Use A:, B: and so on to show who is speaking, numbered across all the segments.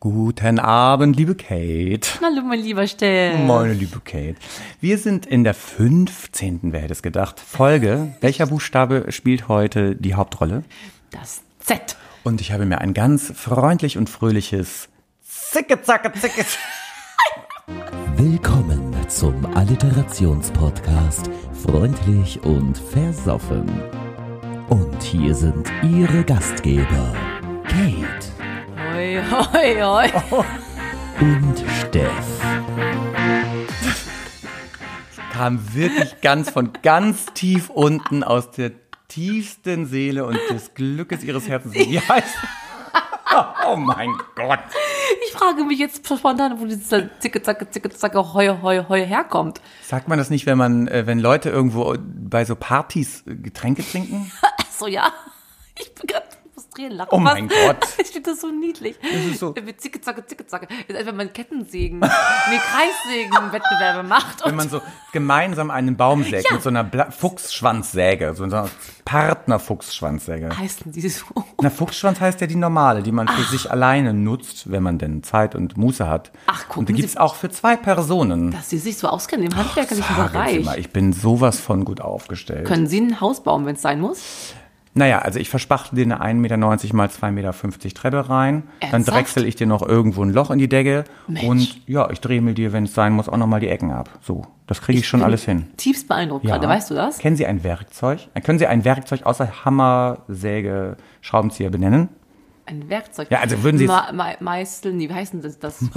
A: Guten Abend, liebe Kate.
B: Hallo, mein lieber Stell.
A: Meine liebe Kate. Wir sind in der 15. wer hätte es gedacht, Folge. Welcher Buchstabe spielt heute die Hauptrolle?
B: Das Z.
A: Und ich habe mir ein ganz freundlich und fröhliches Zicke, Zacke, Zicke.
C: Willkommen zum Alliterationspodcast Freundlich und Versoffen. Und hier sind Ihre Gastgeber, Kate
B: Hoi, hoi, hoi.
C: und Steff.
A: Kam wirklich ganz von ganz tief unten aus der tiefsten Seele und des Glückes ihres Herzens. Wie heißt? Oh mein Gott.
B: Ich frage mich jetzt spontan, wo dieser zicke, zacke, zicke, zacke, hoi, hoi, hoi herkommt.
A: Sagt man das nicht, wenn man, äh, wenn Leute irgendwo bei so Partys äh, Getränke trinken?
B: Ach so, ja. Ich bin gerade frustriert lachen.
A: Oh mein Gott.
B: Ich finde das so niedlich. Das
A: ist so-
B: Mit zicke, zacke, zicke, zacke. Ist als wenn man Kettensägen, nee, Kreissägen-Wettbewerbe macht.
A: Wenn
B: und-
A: man so gemeinsam einen Baum sägt
B: Ja.
A: mit so einer Bla Fuchsschwanzsäge, so einer Partner-Fuchsschwanzsäge.
B: heißen die so.
A: Na, Fuchsschwanz heißt ja die normale, die man für sich alleine nutzt, wenn man denn Zeit und Muße hat.
B: Ach, gucken
A: Und die
B: Sie-
A: gibt's auch für zwei Personen.
B: Dass sie sich so auskennen im handwerklichen
A: Sagen Sie mal,
B: Bereich.
A: ich bin sowas von gut aufgestellt.
B: Können sie ein Haus bauen, wenn es sein muss?
A: Naja, also ich verspachtel dir eine 1,90 Meter mal 2,50 Meter Treppe rein. Dann
B: Ernsthaft?
A: drechsel ich dir noch irgendwo ein Loch in die Decke.
B: Mensch.
A: Und ja, ich drehe mir dir, wenn es sein muss, auch nochmal die Ecken ab. So, das kriege ich, schon
B: bin
A: alles hin.
B: Tiefst beeindruckt gerade, weißt du das?
A: Kennen Sie ein Werkzeug? Können Sie ein Werkzeug außer Hammer, Säge, Schraubenzieher benennen?
B: Ein Werkzeug.
A: Ja, also würden Sie
B: Ma Ma Meißel, nee, wie heißt denn das? das?
A: Und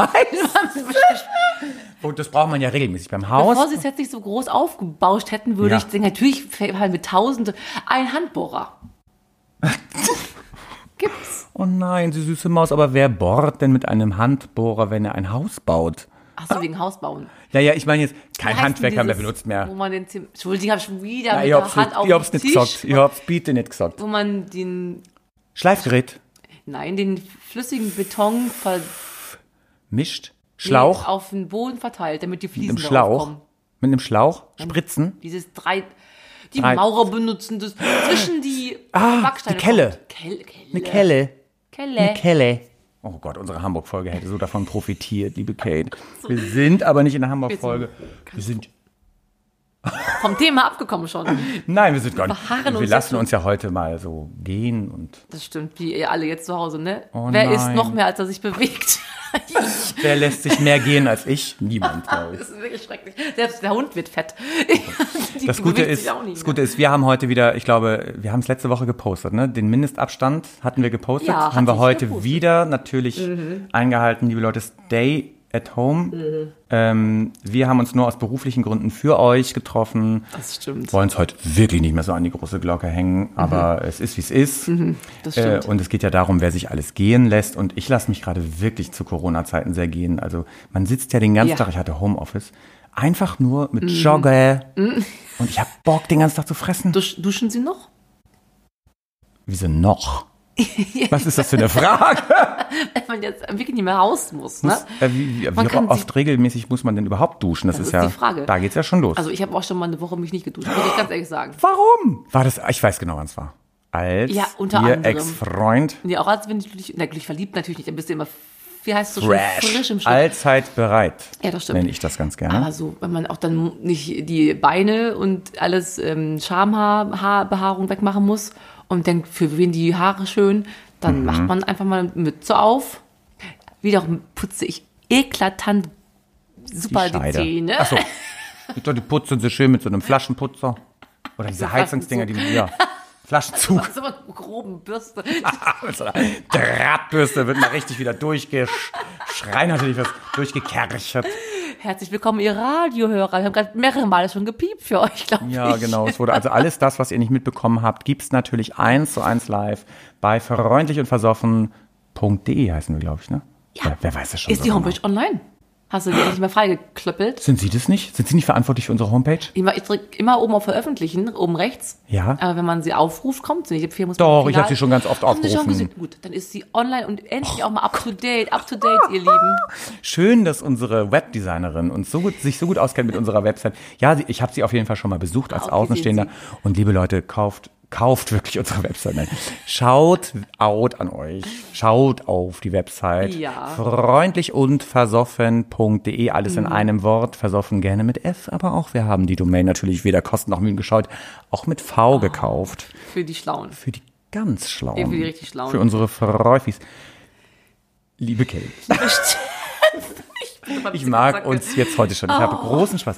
A: Oh, das braucht man ja regelmäßig beim Haus.
B: Bevor Sie es jetzt nicht so groß aufgebauscht hätten, würde
A: Ja.
B: ich denken, natürlich fallen mit Tausende. Ein Handbohrer. Gibt's.
A: Oh nein, Sie süße Maus, aber wer bohrt denn mit einem Handbohrer, wenn er ein Haus baut?
B: Achso, wegen Hausbauen.
A: Ja, ja, ich meine jetzt, kein
B: Heißt denn
A: Handwerker mehr
B: dieses,
A: benutzt
B: Wo
A: mehr.
B: man den Zim Entschuldigung, hab ich schon wieder
A: Ja,
B: mit
A: ich
B: der
A: hab's
B: Hand
A: nicht,
B: auf
A: ich hab's
B: den
A: nicht
B: Tisch,
A: gesagt. Ich hab's bitte nicht gesagt.
B: wo man den,
A: Schleifgerät,
B: nein, den flüssigen Beton ver
A: mischt, Schlauch,
B: auf den Boden verteilt, damit die Fliesen
A: mit einem
B: darauf
A: Schlauch,
B: kommen.
A: mit einem Schlauch, Spritzen.
B: Dieses drei, die
A: Drei- Ah,
B: Maurer benutzen das zwischen die Backsteine.
A: die Kelle.
B: kommt. Kelle, Kelle.
A: Eine Kelle,
B: Kelle.
A: eine Kelle. Oh Gott, unsere Hamburg-Folge hätte so davon profitiert, liebe Kate. Wir sind aber nicht in der Hamburg-Folge. Wir sind
B: Vom Thema abgekommen schon.
A: Nein, wir sind gar nicht.
B: verharren
A: Wir
B: uns
A: lassen
B: jetzt-
A: uns ja heute mal so gehen und
B: Das stimmt, wie ihr alle jetzt zu Hause, ne?
A: Oh
B: Wer ist
A: nein.
B: noch mehr, als er sich bewegt? das
A: wer lässt sich mehr gehen als ich? Niemand. glaub ich.
B: ist wirklich schrecklich. Selbst der Hund wird fett. Die
A: Das Gute,
B: bewegt
A: ist,
B: sich auch nicht
A: das Gute ist, wir haben heute wieder, ich glaube, wir haben es letzte Woche gepostet, ne? Den Mindestabstand hatten wir gepostet,
B: Ja, hat
A: haben wir
B: sich
A: heute
B: gepostet. Mhm.
A: wieder natürlich eingehalten, liebe Leute, stay at home. Ähm, wir haben uns nur aus beruflichen Gründen für euch getroffen.
B: mehr. Das stimmt.
A: Wollen es heute wirklich nicht mehr so an die große Glocke hängen, aber es ist, wie es ist.
B: Mhm. Das
A: Äh,
B: stimmt.
A: und es geht ja darum, wer sich alles gehen lässt. Und ich lasse mich gerade wirklich zu Corona-Zeiten sehr gehen. Also man sitzt ja den ganzen
B: Ja. Mhm.
A: Tag, ich hatte Homeoffice, einfach nur mit Jogger. Und ich habe Bock, den ganzen Tag zu fressen.
B: Dusch, duschen Sie noch?
A: Wieso noch? Was ist das für eine Frage?
B: Wenn man jetzt wirklich nicht mehr raus muss, ne?
A: Äh, wie wie,
B: Man
A: wie
B: kann
A: oft regelmäßig muss man denn überhaupt duschen? Das,
B: Das
A: ist
B: ist
A: ja,
B: die Frage.
A: da geht's ja schon los.
B: Also ich habe auch schon mal eine Woche mich nicht geduscht, muss ich ganz ehrlich sagen.
A: Warum? War das, ich weiß genau, wann es war. Als
B: Ja, unter
A: ihr
B: anderem.
A: Ex-Freund
B: Ja, auch als wenn ich dich, na, glücklich verliebt natürlich nicht, dann bist du immer, wie heißt es so schön, frisch
A: fresh,
B: im Schritt.
A: allzeit bereit,
B: Ja, das stimmt.
A: nenne ich das ganz gerne.
B: Aber so, wenn man auch dann nicht die Beine und alles ähm, Schamhaarbehaarung wegmachen muss und denkt, für wen die Haare schön, dann
A: Mhm.
B: macht man einfach mal eine Mütze auf. Wiederum putze ich eklatant super die, ne?
A: Scheide.
B: Zähne.
A: Ach so. Ich dachte, die putzen sie schön mit so einem Flaschenputzer. Oder diese Heizungsdinger, die mit ja, Flaschenzug.
B: So einer groben Bürste.
A: mit so einer Drahtbürste wird mal richtig wieder durchgeschreien, natürlich was durchgekerchert.
B: Herzlich willkommen, ihr Radiohörer. Wir haben gerade mehrere Male schon gepiept für euch, glaube
A: Ja,
B: ich.
A: genau. Es wurde also alles das, was ihr nicht mitbekommen habt, gibt's natürlich eins zu eins live bei freundlich und versoffen.de heißen wir, glaube ich, ne? Ja. Wer, wer weiß das schon?
B: Ist
A: so
B: die
A: genau?
B: Homepage online? Hast du die endlich mal freigeklöppelt?
A: Sind Sie das nicht? Sind Sie nicht verantwortlich für unsere Homepage?
B: Ich, mach- ich drücke immer oben auf Veröffentlichen, oben rechts.
A: Ja.
B: Aber wenn man sie aufruft, kommt sie nicht. Hier muss man
A: Doch,
B: auf
A: ich hab
B: Final-
A: sie schon ganz oft
B: Haben Sie schon
A: aufgerufen. Oh
B: gesehen? Gut, dann ist sie online und endlich auch mal up to date, up to date, ihr Lieben.
A: Schön, dass unsere Webdesignerin uns so gut, sich so gut auskennt mit unserer Website. Ja, sie- ich habe sie auf jeden Fall schon mal besucht als
B: okay,
A: Außenstehender. Und liebe Leute, kauft kauft wirklich unsere Website. Nein. Schaut out an euch. Schaut auf die Website.
B: Ja.
A: Freundlich und versoffen.de. Alles
B: Mhm.
A: in einem Wort. Versoffen gerne mit F, aber auch wir haben die Domain natürlich weder Kosten noch Mühen geschaut. Auch mit V gekauft.
B: Für die Schlauen.
A: Für die ganz Schlauen.
B: Ja, Ah. für die richtig Schlauen.
A: Für unsere Freufis. Liebe Kelly, ich mag uns jetzt heute schon. Ich habe
B: Oh.
A: großen Spaß.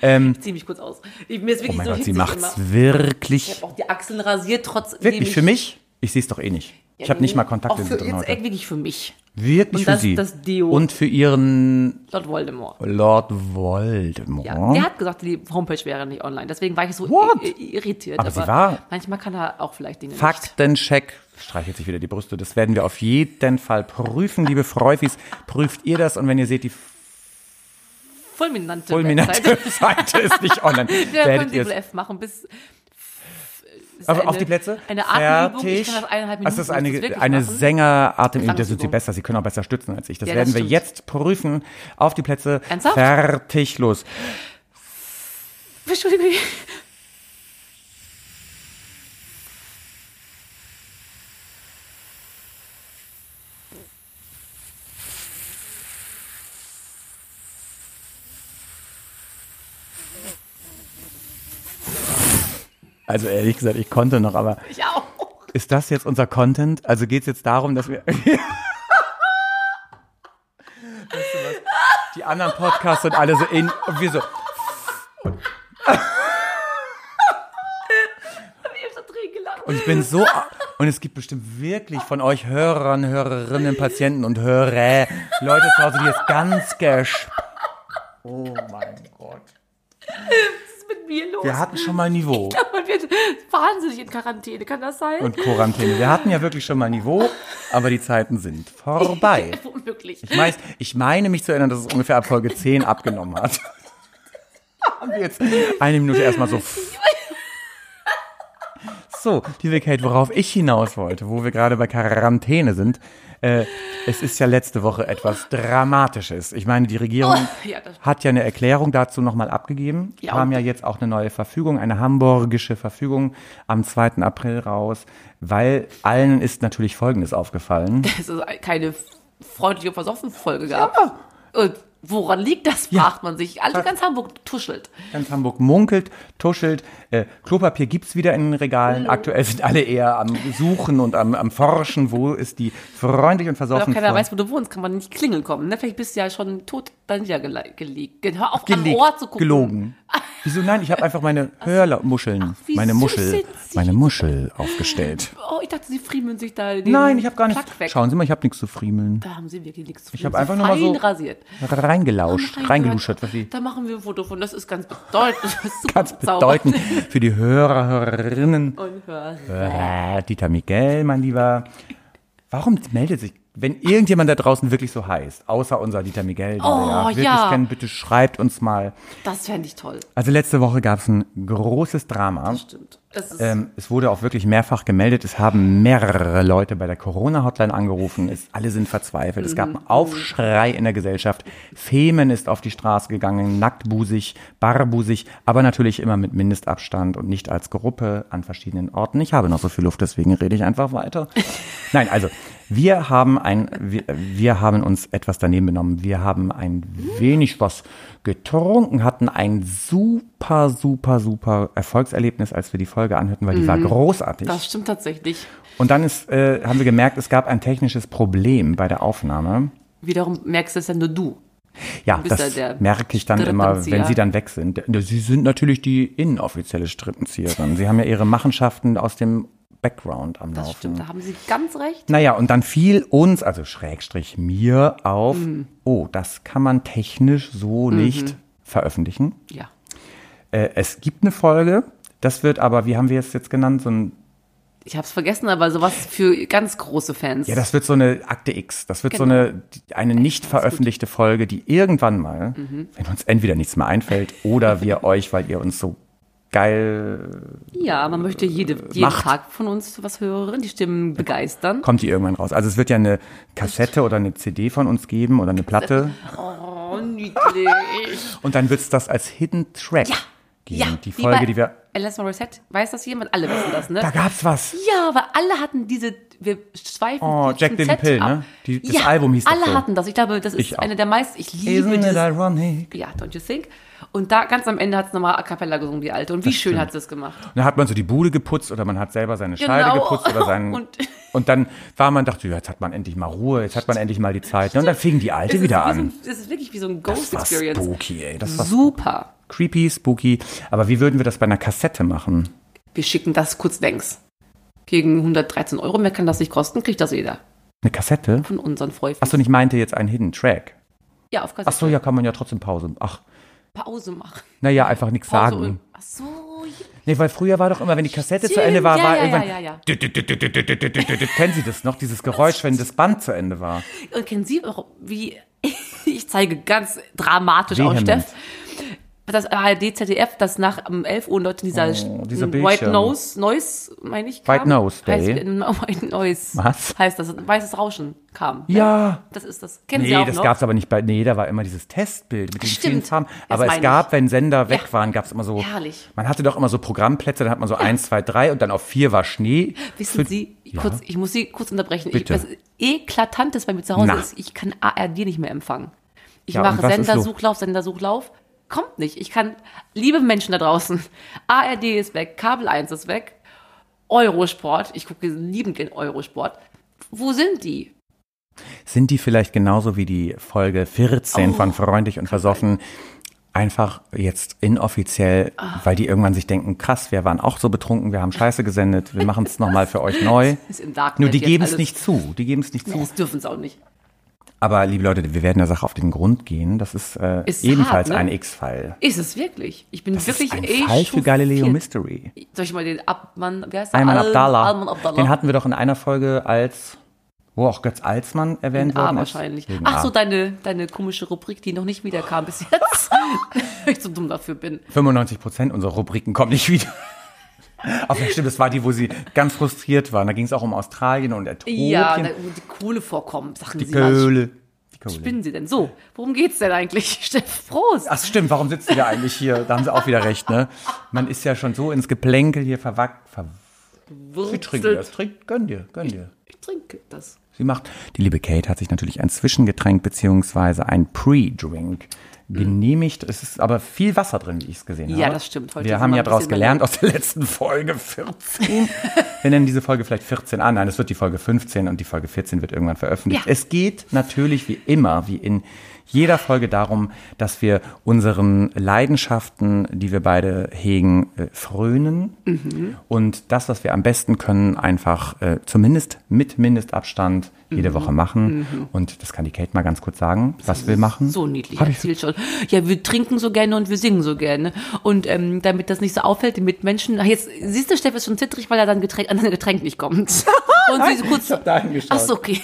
B: Ich ziehe mich kurz aus. Ich, mir ist
A: Oh
B: wirklich
A: mein
B: so
A: Gott, sie
B: hitzig
A: macht's
B: immer.
A: wirklich,
B: Ich habe auch die Achseln rasiert, trotzdem.
A: wirklich für mich. Ich sehe es doch eh nicht. Ich habe nicht mal
B: auch für,
A: Kontaktlinsen drin
B: jetzt
A: heute.
B: echt wirklich für mich.
A: Wirklich
B: Und
A: für
B: das-
A: sie.
B: das Deo.
A: Und für ihren
B: Lord Voldemort.
A: Lord Voldemort.
B: Ja, der hat gesagt, die Homepage wäre nicht online. Deswegen war ich so
A: What?
B: i- i- irritiert.
A: Aber sie war-
B: Manchmal kann er auch vielleicht Dinge nicht.
A: Faktencheck. Streichelt sich wieder die Brüste. Das werden wir auf jeden Fall prüfen, liebe Freufis. Prüft ihr das und wenn ihr seht, die
B: Fulminante,
A: fulminante
B: Website.
A: Seite ist nicht online,
B: Wir können
A: werdet ihr
B: Triple
A: es.
B: F machen bis... ist
A: Auf,
B: eine-
A: auf die Plätze.
B: Eine Atemübung.
A: Fertig.
B: Ich kann das eineinhalb Minuten
A: Also das ist
B: muss ich
A: eine,
B: wirklich
A: eine
B: machen.
A: Sänger-Atemübung. Das sind sie
B: Empfangsübung.
A: besser. Sie können auch besser stützen als ich. Das
B: Ja, das
A: werden wir
B: stimmt.
A: jetzt prüfen. Auf die Plätze.
B: Ernsthaft?
A: Fertig. Los.
B: Entschuldigung.
A: Also ehrlich gesagt, ich konnte noch, aber
B: Ich auch.
A: Ist das jetzt unser Content? Also geht es jetzt darum, dass wir. weißt du was? Die anderen Podcasts sind alle so in. Und wir so.
B: Ich hab so Tränen gelacht.
A: Und ich bin so. Und es gibt bestimmt wirklich von euch Hörern, Hörerinnen, Patienten und Hörer, Leute zu Hause, die jetzt ganz gesch. Oh mein Gott.
B: Was ist mit mir los?
A: Wir hatten schon mal Niveau.
B: Man wird wahnsinnig in Quarantäne, kann das sein?
A: Und Quarantäne. Wir hatten ja wirklich schon mal Niveau, aber die Zeiten sind vorbei.
B: Womöglich.
A: Ich, weiß, ich meine mich zu erinnern, dass es ungefähr ab Folge 10 abgenommen hat. Haben wir jetzt eine Minute erstmal so. So, liebe Kate, worauf ich hinaus wollte, wo wir gerade bei Quarantäne sind. Äh, es ist ja letzte Woche etwas Dramatisches. Ich meine, die Regierung
B: Oh, ja, das-
A: hat ja eine Erklärung dazu nochmal abgegeben.
B: Ja,
A: Kam
B: und-
A: ja jetzt auch eine neue Verfügung, eine hamburgische Verfügung am 2. April raus, weil allen ist natürlich Folgendes aufgefallen.
B: Es ist keine freundliche Versoffen-Folge gab. Und woran liegt das, fragt man sich. Also ganz Hamburg tuschelt.
A: Ganz Hamburg munkelt, tuschelt. Äh, Klopapier gibt's wieder in den Regalen. Aktuell sind alle eher am Suchen und am, am Forschen. Wo ist die freundlich und
B: Wenn auch
A: versoffen?
B: keiner
A: Freund-
B: weiß, wo du wohnst, kann man nicht klingeln kommen. Ne? Vielleicht bist du ja schon tot dann ja gele- gelegt. Ge- Hör auf, am
A: Gelegt,
B: Ohr zu gucken.
A: Gelogen. Wieso? Nein, ich habe einfach meine Hörmuscheln,
B: wie
A: meine
B: süß
A: Muschel,
B: sind Sie.
A: meine Muschel aufgestellt.
B: Oh, ich dachte, sie friemeln sich da den
A: Nein, ich habe gar
B: Plack
A: nichts.
B: weg.
A: Schauen Sie mal, ich habe nichts zu friemeln.
B: Da haben sie wirklich nichts zu
A: Ich habe
B: friemeln.
A: einfach
B: Sie
A: nur mal
B: fein
A: so
B: rasiert.
A: reingelauscht,
B: Mein
A: reingeluschert,
B: Gott,
A: was Sie
B: Da machen wir ein Foto von. Das ist ganz bedeutend. Das ist super
A: ganz
B: bezaubernd.
A: bedeuten für die Hörer, Hörerinnen.
B: Und hör.
A: Äh, Dieter Miguel, mein Lieber. Warum meldet sich, wenn irgendjemand da draußen wirklich so heißt, außer unser Dieter Miguel, den wir ja
B: Oh,
A: wirklich
B: ja.
A: kennen, bitte schreibt uns mal.
B: Das fände ich toll.
A: Also letzte Woche gab es ein großes Drama.
B: Stimmt. Das ist
A: Ähm, es wurde auch wirklich mehrfach gemeldet. Es haben mehrere Leute bei der Corona-Hotline angerufen. Es, alle sind verzweifelt. Es gab
B: Mhm.
A: einen Aufschrei in der Gesellschaft. Femen ist auf die Straße gegangen, nacktbusig, barbusig, aber natürlich immer mit Mindestabstand und nicht als Gruppe an verschiedenen Orten. Ich habe noch so viel Luft, deswegen rede ich einfach weiter. Nein, also wir haben ein, wir, wir haben uns etwas daneben benommen. Wir haben ein wenig was getrunken, hatten ein super, super, super Erfolgserlebnis, als wir die Folge anhörten, weil die war großartig.
B: Mhm. Das stimmt tatsächlich.
A: Und dann ist, äh, haben wir gemerkt, es gab ein technisches Problem bei der Aufnahme.
B: Wiederum merkst du es ja nur du.
A: Ja,
B: bist
A: das
B: ja der
A: merke ich dann immer, wenn
B: Strippenzieher.
A: sie dann weg sind. Sie sind natürlich die inoffizielle Strippenzieherin. Sie haben ja ihre Machenschaften aus dem Background am
B: Das
A: Laufen.
B: stimmt, da haben sie ganz recht.
A: Naja, und dann fiel uns, also Schrägstrich mir, auf,
B: Mhm.
A: oh, das kann man technisch so nicht veröffentlichen.
B: Ja.
A: Äh, es gibt eine Folge, das wird aber, wie haben wir es jetzt genannt, so ein,
B: Ich hab's vergessen, aber sowas für ganz große Fans.
A: ja, das wird so eine Akte X, das wird so
B: Genau.
A: eine, eine nicht veröffentlichte Folge, die irgendwann mal,
B: Mhm.
A: wenn uns entweder nichts mehr einfällt oder wir euch, weil ihr uns so geil,
B: ja, man möchte jede, jeden
A: äh, Macht.
B: Tag von uns was hören, die Stimmen begeistern.
A: kommt die irgendwann raus. Also es wird ja eine Kassette oder eine CD von uns geben oder eine Platte
B: Oh, niedlich.
A: und dann wird's das als Hidden Track gehen.
B: Ja,
A: die
B: wie
A: Folge,
B: bei
A: die wir.
B: Alanis Morissette, weiß das jemand? Alle wissen das, ne?
A: Da gab's was.
B: Ja, weil alle hatten diese, wir schweifen
A: Oh,
B: jetzt
A: Jack
B: zum
A: den
B: Set
A: Pill,
B: ab.
A: ne? Die- das Album hieß doch
B: Alle
A: so.
B: hatten das. Ich glaube, das ist
A: Ich auch.
B: eine der meisten, ich liebe
A: Isn't it
B: dieses,
A: ironic?
B: ja, don't you think? Und da ganz am Ende hat es nochmal A Cappella gesungen, die Alte. Und wie schön hat sie es gemacht.
A: Und dann hat man so die Bude geputzt oder man hat selber seine Scheide
B: Genau.
A: geputzt oder seinen.
B: Und-
A: Und, dann war man, dachte, ja, jetzt hat man endlich mal Ruhe, jetzt hat man endlich mal die Zeit. Ne? Und dann fing die Alte
B: Es
A: wieder
B: ist wie
A: an.
B: So, ein- es ist wirklich wie so ein
A: Das
B: Ghost
A: war
B: Experience.
A: spooky, ey. Das war
B: Super.
A: creepy, spooky. Aber wie würden wir das bei einer Kassette machen?
B: Wir schicken das kurz längs. Gegen 113 Euro, mehr kann das nicht kosten, kriegt das jeder
A: Eine Kassette?
B: von unseren Freunden.
A: Achso, und ich meinte jetzt einen Hidden Track.
B: Ja, auf Kassette.
A: Achso, ja, kann man ja trotzdem Pause. Ach,
B: Pause machen.
A: naja, einfach nichts
B: Pause
A: sagen.
B: und- Ach so. ja.
A: Nee, weil früher war doch immer, wenn die Kassette zu
B: Stimmt,
A: Ende war,
B: ja,
A: war
B: ja,
A: irgendwann.
B: ja, ja,
A: Kennen Sie das noch, dieses Geräusch, wenn das Band zu Ende war?
B: Und kennen Sie, auch, oh, wie ich zeige ganz dramatisch auf
A: Vehement.
B: Steff, das ARD, ZDF, das nach um 11 Uhr Leute dieser,
A: Oh, dieser
B: White
A: Bildschirm.
B: Nose, Noise, meine ich,
A: White Noise
B: heißt,
A: Day.
B: ähm, White Noise
A: Was?
B: heißt das, weißes Rauschen kam.
A: Ja.
B: Das ist das. Kennen Sie
A: Nee,
B: auch
A: das
B: noch?
A: gab's aber nicht bei. Nee, da war immer dieses Testbild mit den vielen
B: Stimmt.
A: Farben.
B: Das
A: Aber
B: meine
A: es gab, wenn Sender weg
B: Ja.
A: waren, gab's immer so.
B: Herrlich.
A: Man hatte doch immer so Programmplätze, dann hat man so eins, zwei, drei und dann auf vier war Schnee.
B: Wissen
A: Für-
B: Sie,
A: Ja.
B: kurz, ich muss Sie kurz unterbrechen.
A: Bitte.
B: Ich, was eklatantes bei mir zu Hause
A: Na.
B: ist, ich kann ARD nicht mehr empfangen. Ich
A: Ja,
B: mache
A: und was ist los?
B: Sendersuchlauf, Sendersuchlauf. Kommt nicht. Ich kann, liebe Menschen da draußen, ARD ist weg, Kabel 1 ist weg, Eurosport, ich gucke liebend in Eurosport. Wo sind die?
A: Sind die vielleicht genauso wie die Folge 14
B: Oh,
A: von Freundlich und Versoffen einfach jetzt inoffiziell,
B: Ah.
A: weil die irgendwann sich denken, krass, wir waren auch so betrunken, wir haben Scheiße gesendet, wir machen es nochmal für euch neu.
B: Ist im Darknet
A: Nur die
B: jetzt
A: geben es
B: alles-
A: nicht zu, die geben es nicht zu.
B: Das dürfen sie auch nicht.
A: Aber liebe Leute, wir werden der Sache auf den Grund gehen. Das ist, äh,
B: Ist hart,
A: ebenfalls
B: ne?
A: ein X-Fall.
B: Ist es wirklich? Ich bin
A: Das
B: wirklich
A: ist ein
B: eh
A: Fall für
B: stufiert.
A: Galileo Mystery.
B: Soll ich mal den Abmann, wie heißt der?
A: Ayman
B: Al-
A: Abdallah.
B: Alman Abdallah.
A: Den hatten wir doch in einer Folge als, wo auch Götz Alsmann erwähnt
B: Ah,
A: worden ist.
B: wahrscheinlich.
A: Wegen
B: Ach
A: A.
B: so, deine, deine komische Rubrik, die noch nicht wiederkam bis jetzt. Weil ich so dumm dafür bin.
A: 95 Prozent unserer Rubriken kommen nicht wieder. Auf jeden stimmt, das war die, wo sie ganz frustriert waren. Da ging es auch um Australien und Äthiopien.
B: Ja, da, wo die Kohle vorkommt, sagen
A: die
B: Sie mal.
A: Köhle. Die Köhle.
B: Spinnen Sie denn so? Worum geht's denn eigentlich, Steff? Prost!
A: Ach stimmt, warum sitzen wir eigentlich hier? Da haben sie auch wieder recht, ne? Man ist ja schon so ins Geplänkel hier verwackt. Ver sie trinken das.
B: Wurzelt.
A: Trink, gönn dir, gönn dir.
B: Ich trinke das.
A: Sie macht, die liebe Kate hat sich natürlich ein Zwischengetränk beziehungsweise ein Pre-Drink genehmigt. Es ist aber viel Wasser drin, wie ich es gesehen habe.
B: Ja, das stimmt. Heute
A: wir
B: sind
A: haben
B: wir
A: ja
B: ein
A: daraus
B: bisschen
A: gelernt aus der letzten Folge 14. wir nennen diese Folge vielleicht 14 an. Nein, es wird die Folge 15 und die Folge 14 wird irgendwann veröffentlicht.
B: Ja.
A: Es geht natürlich wie immer, wie in jeder Folge darum, dass wir unseren Leidenschaften, die wir beide hegen, äh, frönen
B: Mhm.
A: und das, was wir am besten können, einfach äh, zumindest mit Mindestabstand jede Woche machen. Und das kann die Kate mal ganz kurz sagen, was wir machen.
B: Mhm. So niedlich
A: Hab ich
B: erzählt schon. Ja, wir trinken so gerne und wir singen so gerne. Und ähm, damit das nicht so auffällt, die Mitmenschen. Ach, jetzt siehst du, Steff ist schon zittrig, weil er dann Getränk, an sein Getränk nicht kommt. Und sie so kurz.
A: hab da hingeschaut.
B: Ach so, okay.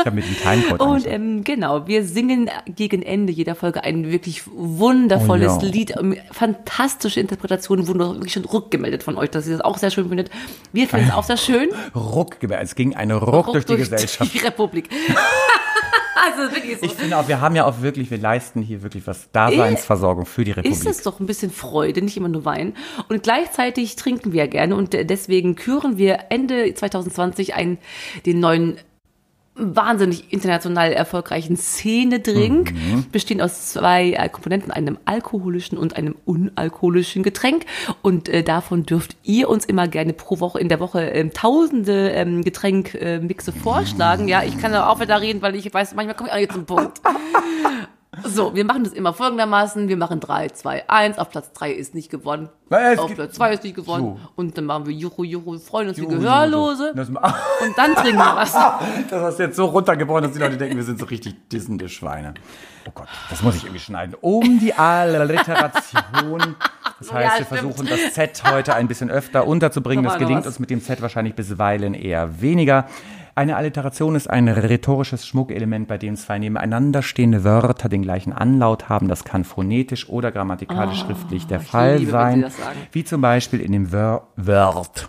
A: Ich habe mit dem Timecode
B: Und
A: angeschaut.
B: ähm, genau, wir singen gegen Ende jeder Folge ein wirklich wundervolles
A: Oh ja.
B: Lied. ähm, Fantastische Interpretationen wurden doch wirklich schon rückgemeldet von euch, dass ihr das auch sehr schön findet. Wir finden es auch sehr schön.
A: Ruck, es ging ein Ruck, durch Äh, die Gesellschaft.
B: Die Republik. also wirklich so.
A: Ich finde auch, wir haben ja auch wirklich, wir leisten hier wirklich was. Daseinsversorgung für die Republik.
B: ist es doch ein bisschen Freude, nicht immer nur Wein. Und gleichzeitig trinken wir gerne und äh, deswegen küren wir Ende 2020 einen, den neuen wahnsinnig international erfolgreichen Szene-Drink,
A: Mhm.
B: bestehend aus zwei äh, Komponenten, einem alkoholischen und einem unalkoholischen Getränk. Und äh, davon dürft ihr uns immer gerne pro Woche in der Woche ähm, tausende ähm,
A: Mhm.
B: Getränkmixe vorschlagen. Ja, ich kann da auch wieder reden, weil ich weiß, manchmal komme ich auch nicht zum Punkt. So, wir machen das immer folgendermaßen. Wir machen 3, 2, 1. Auf Platz 3 ist nicht gewonnen.
A: Weil es
B: Auf
A: gibt-
B: Platz 2 ist nicht gewonnen.
A: So.
B: Und dann machen wir Juhu, Juhu, freuen uns wie
A: Juhu,
B: Gehörlose.
A: Das, das
B: Und dann trinken wir was.
A: hast du jetzt so runtergebrochen, dass die Leute denken, wir sind so richtig dissende Schweine. Oh Gott, das muss ich irgendwie schneiden. Um die Alliteration. Das
B: Ja,
A: heißt, wir
B: stimmt.
A: versuchen das Z heute ein bisschen öfter unterzubringen. Das
B: Nochmal noch
A: gelingt
B: was.
A: uns mit dem Z wahrscheinlich bisweilen eher weniger. Eine Alliteration ist ein rhetorisches Schmuckelement, bei dem zwei nebeneinander stehende Wörter den gleichen Anlaut haben. Das kann phonetisch oder grammatikalisch schriftlich der Fall
B: Ah, liebe, wenn
A: sein.
B: Sie das sagen.
A: Wie zum Beispiel in dem Wör Wort,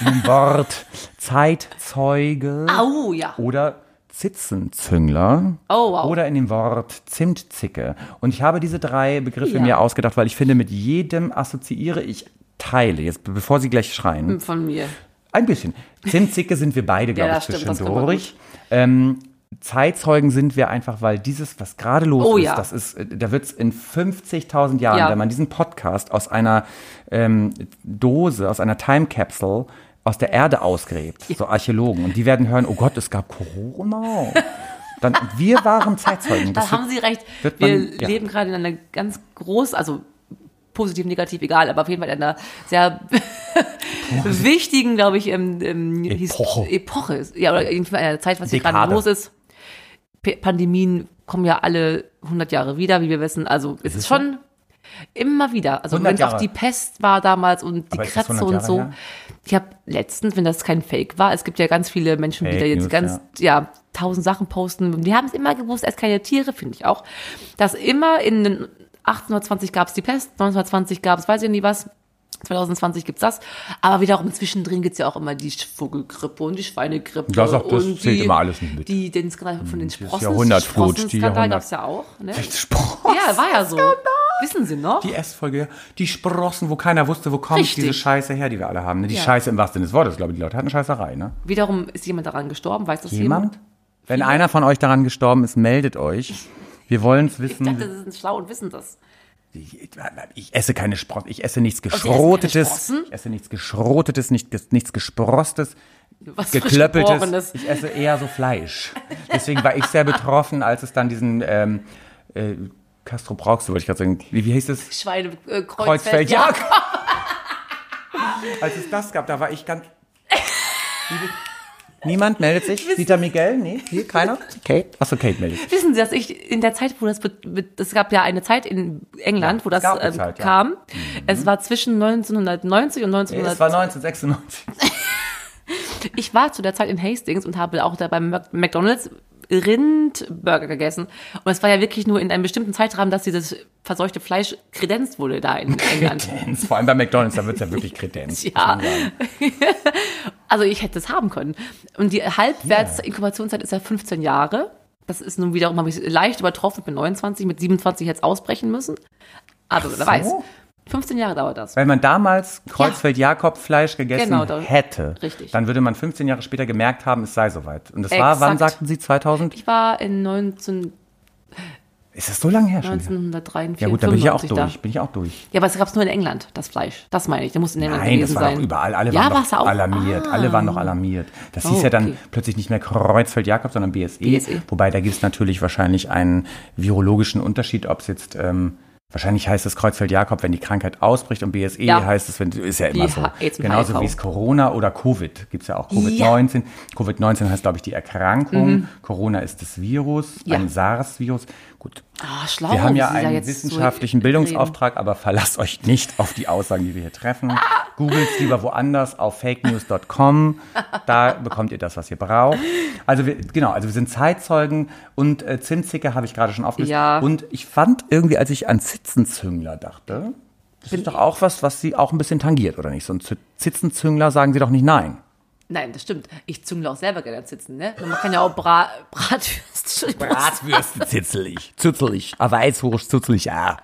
A: in dem Wort Zeitzeuge
B: Au, ja.
A: oder Zitzenzüngler
B: Oh, wow.
A: oder in dem Wort Zimtzicke. Und ich habe diese drei Begriffe mir ausgedacht, weil ich finde, mit jedem assoziiere ich Teile, jetzt be- bevor sie gleich schreien.
B: Von mir.
A: Ein bisschen. Zimtzicke sind wir beide, glaube ich,
B: das stimmt, das kann man
A: zwischendurch. Ähm, Zeitzeugen sind wir einfach, weil dieses, was gerade los
B: Oh
A: ist,
B: ja.
A: das ist, äh, da wird es in 50.000 Jahren,
B: Ja.
A: wenn man diesen Podcast aus einer ähm, Dose, aus einer Time Capsule aus der Erde ausgräbt, so Archäologen, und die werden hören, oh Gott, es gab Corona. Dann, wir waren Zeitzeugen.
B: Da
A: Das
B: haben
A: wird-
B: Sie recht.
A: wird
B: Wir
A: man- ja.
B: leben gerade in einer ganz großen, also positiv, negativ, egal, aber auf jeden Fall in einer sehr wichtigen, glaube ich, ähm, ähm, His-
A: Epoche.
B: Epoche. ist- Ja, oder irgendwie einer Zeit, was hier gerade
A: Dekade.
B: los ist. P Pandemien kommen ja alle 100 Jahre wieder, wie wir wissen. Also es ist schon immer wieder. Also
A: 100
B: wenn es auch
A: Jahre.
B: die Pest war damals und die
A: Aber ist das
B: Kratze
A: 100
B: und
A: Jahre
B: so.
A: her?
B: Ich habe letztens, wenn das kein Fake war, es gibt ja ganz viele Menschen, die
A: Fake
B: da jetzt
A: News,
B: ganz
A: ja.
B: ja, tausend Sachen posten. Die haben es immer gewusst, erst keine Tiere, finde ich auch. Dass immer in den 1820 gab es die Pest, 1920 gab es, weiß ich nie was. 2020 gibt's das. Aber wiederum zwischendrin gibt's ja auch immer die Vogelgrippe und die Schweinegrippe.
A: Das auch- das
B: und
A: zählt
B: die,
A: immer alles nicht mit. Hm,
B: Die, den Skandal von den Sprossen.
A: Jahrhundertflut, die
B: Skandal
A: Jahrhundert-
B: gab's ja auch. Ne?
A: Sprossen.
B: Ja, war ja so. Wissen Sie noch?
A: Die S-Folge, die Sprossen, wo keiner wusste, wo kommt
B: Richtig.
A: diese Scheiße her, die wir alle haben. Ne? Die
B: Ja.
A: Scheiße im wahrsten Sinne des Wortes, glaube ich. Die Leute hatten Scheißerei, ne?
B: Wiederum ist jemand daran gestorben, weiß das jemand?
A: Jemand? Wenn einer von euch daran gestorben ist, meldet euch. Wir wollen es
B: Ich dachte,
A: wissen.
B: sie sind schlau und wissen das.
A: Ich, ich esse keine Sprossen. Ich esse nichts
B: Sie essen keine
A: Geschrotetes.
B: Sprossen?
A: Ich esse nichts Geschrotetes, nicht, ges- nichts Gesprostes,
B: Was frisch Geborenes.
A: Geklöppeltes. Ich esse eher so Fleisch. Deswegen war ich sehr betroffen, als es dann diesen ähm, äh, Castro Brauchst du, wollte ich gerade sagen. Wie, wie hieß es?
B: Schweine, äh, Kreuzfeld,
A: Kreuzfeld
B: ja.
A: Jakob. Als es das gab, da war ich ganz. Liebe- Niemand meldet sich? Dieter Miguel? Nee, hier keiner? Kate? Achso, Kate meldet sich.
B: Wissen Sie, dass ich in der Zeit, wo das, be- be- es gab ja eine Zeit in England,
A: Ja,
B: wo das
A: es gab eine
B: ähm,
A: Zeit, ja. Mhm.
B: kam. Es war zwischen 1990 und
A: Es war
B: 1900.
A: 1996.
B: Ich war zu der Zeit in Hastings und habe auch da beim Mac- McDonald's Rindburger gegessen. Und es war ja wirklich nur in einem bestimmten Zeitrahmen, dass dieses verseuchte Fleisch kredenzt wurde da in England.
A: Kredenz. Vor allem bei McDonalds, da wird es ja wirklich Kredenz.
B: Ja. also ich hätte es haben können. Und die Halbwertsinkubationszeit ist ja 15 Jahre. Das ist nun wiederum, habe ich leicht übertroffen. Ich bin 29, mit 27 hätte es ausbrechen müssen. Aber wer weiß. 15 Jahre dauert das.
A: Weil man damals Kreuzfeld-Jakob-Fleisch gegessen
B: Genau, da-
A: hätte,
B: richtig.
A: dann würde man 15 Jahre später gemerkt haben, es sei soweit. Und das war, wann
B: Exakt.
A: sagten Sie, 2000?
B: Ich war in 19,
A: Ist das so lange her schon? wieder?
B: 1943.
A: Ja gut, da bin ich ja auch
B: 95 da.
A: durch. Bin ich auch durch.
B: Ja, aber es gab es nur in England, das Fleisch. Das meine ich. Da muss in England
A: Nein, das
B: gewesen
A: war
B: sein.
A: doch überall. Alle
B: ja,
A: waren
B: war's
A: doch
B: auch. Ah,
A: alarmiert. Alle waren noch alarmiert. Das hieß
B: Oh,
A: ja dann
B: okay. E.
A: plötzlich nicht mehr Kreuzfeld-Jakob, sondern BSE.
B: BSE.
A: Wobei, da gibt es natürlich wahrscheinlich einen virologischen Unterschied, ob es jetzt... Ähm, Wahrscheinlich heißt es Kreuzfeld-Jakob, wenn die Krankheit ausbricht und BSE
B: Ja.
A: heißt es, wenn, ist ja immer
B: Wie
A: so.
B: H- AIDS und
A: Genauso
B: HIV.
A: wie es Corona oder Covid gibt es ja auch Covid-19. Covid-19 heißt, glaube ich, die Erkrankung. Corona ist das Virus,
B: Mhm. Ja.
A: ein SARS-Virus. Gut,
B: Ah, schlau.
A: wir haben ja
B: wie Sie da
A: einen
B: jetzt so
A: wissenschaftlichen
B: reden.
A: Bildungsauftrag, aber verlasst euch nicht auf die Aussagen, die wir hier treffen. Googelt lieber woanders auf fakenews.com. Da bekommt ihr das, was ihr braucht. Also wir, genau, also wir sind Zeitzeugen und äh, Zimtzicke habe ich gerade schon aufgelöst.
B: Ja.
A: Und ich fand irgendwie, als ich an Zitzenzüngler dachte, das ist doch auch was, was sie auch ein bisschen tangiert, oder nicht? So ein Zi- Zitzenzüngler sagen sie doch nicht nein.
B: Nein, das stimmt. Ich züngle auch selber gerne sitzen, ne? Man kann ja auch Bra Bratwürste.
A: Bratwürste zitzelig, zitzelig, aber Weißwurst zitzelig, ja.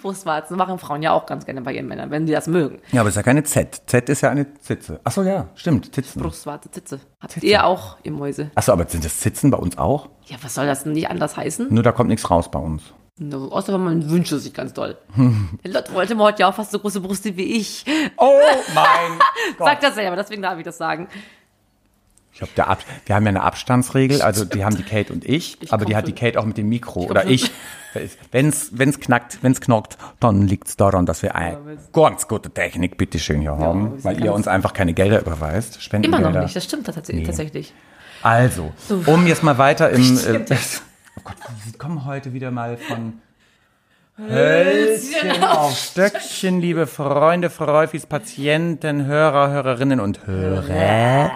B: Brustwarzen machen Frauen ja auch ganz gerne bei ihren Männern, wenn sie das mögen.
A: Ja, aber es ist ja keine Z. Z ist ja eine Zitze. Ach so, ja, stimmt, Zitzen.
B: Brustwarze, Zitze. Habt ihr auch, ihr Mäuse?
A: Achso, aber sind das Zitzen bei uns auch?
B: Ja, was soll das denn nicht anders heißen?
A: Nur da kommt nichts raus bei uns.
B: No, außer wenn man wünscht es sich ganz doll. Der Lord Voldemort hat ja auch fast so große Brüste wie ich.
A: Oh mein
B: Sagt das ja, aber deswegen darf ich das sagen.
A: Ich glaube, der Ab wir haben ja eine Abstandsregel, also die haben die Kate und ich, aber die
B: komm
A: hat die
B: schon.
A: Kate auch mit dem Mikro
B: komm
A: oder
B: schon.
A: ich. Wenn's, wenn's knackt, wenn's knockt, dann liegt's daran, dass wir eine ganz gute Technik bitteschön hier haben,
B: wir sind
A: weil ihr
B: ganz-
A: uns einfach keine Gelder überweist,
B: Immer
A: Spendengelder.
B: noch nicht, das stimmt tats tatsächlich.
A: Also, um jetzt mal weiter im. Äh, oh Gott, sie kommen heute wieder mal von. Hölzchen auf Stöckchen, liebe Freunde, Freufis, Patienten, Hörer, Hörerinnen und Hörer.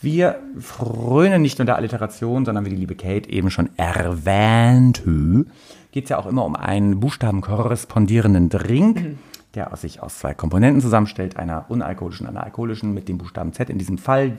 A: Wir frönen nicht nur der Alliteration, sondern wie die liebe Kate eben schon erwähnte, geht es ja auch immer um einen buchstabenkorrespondierenden Drink, der aus sich aus zwei Komponenten zusammenstellt, einer unalkoholischen, einer alkoholischen, mit dem Buchstaben Z in diesem Fall.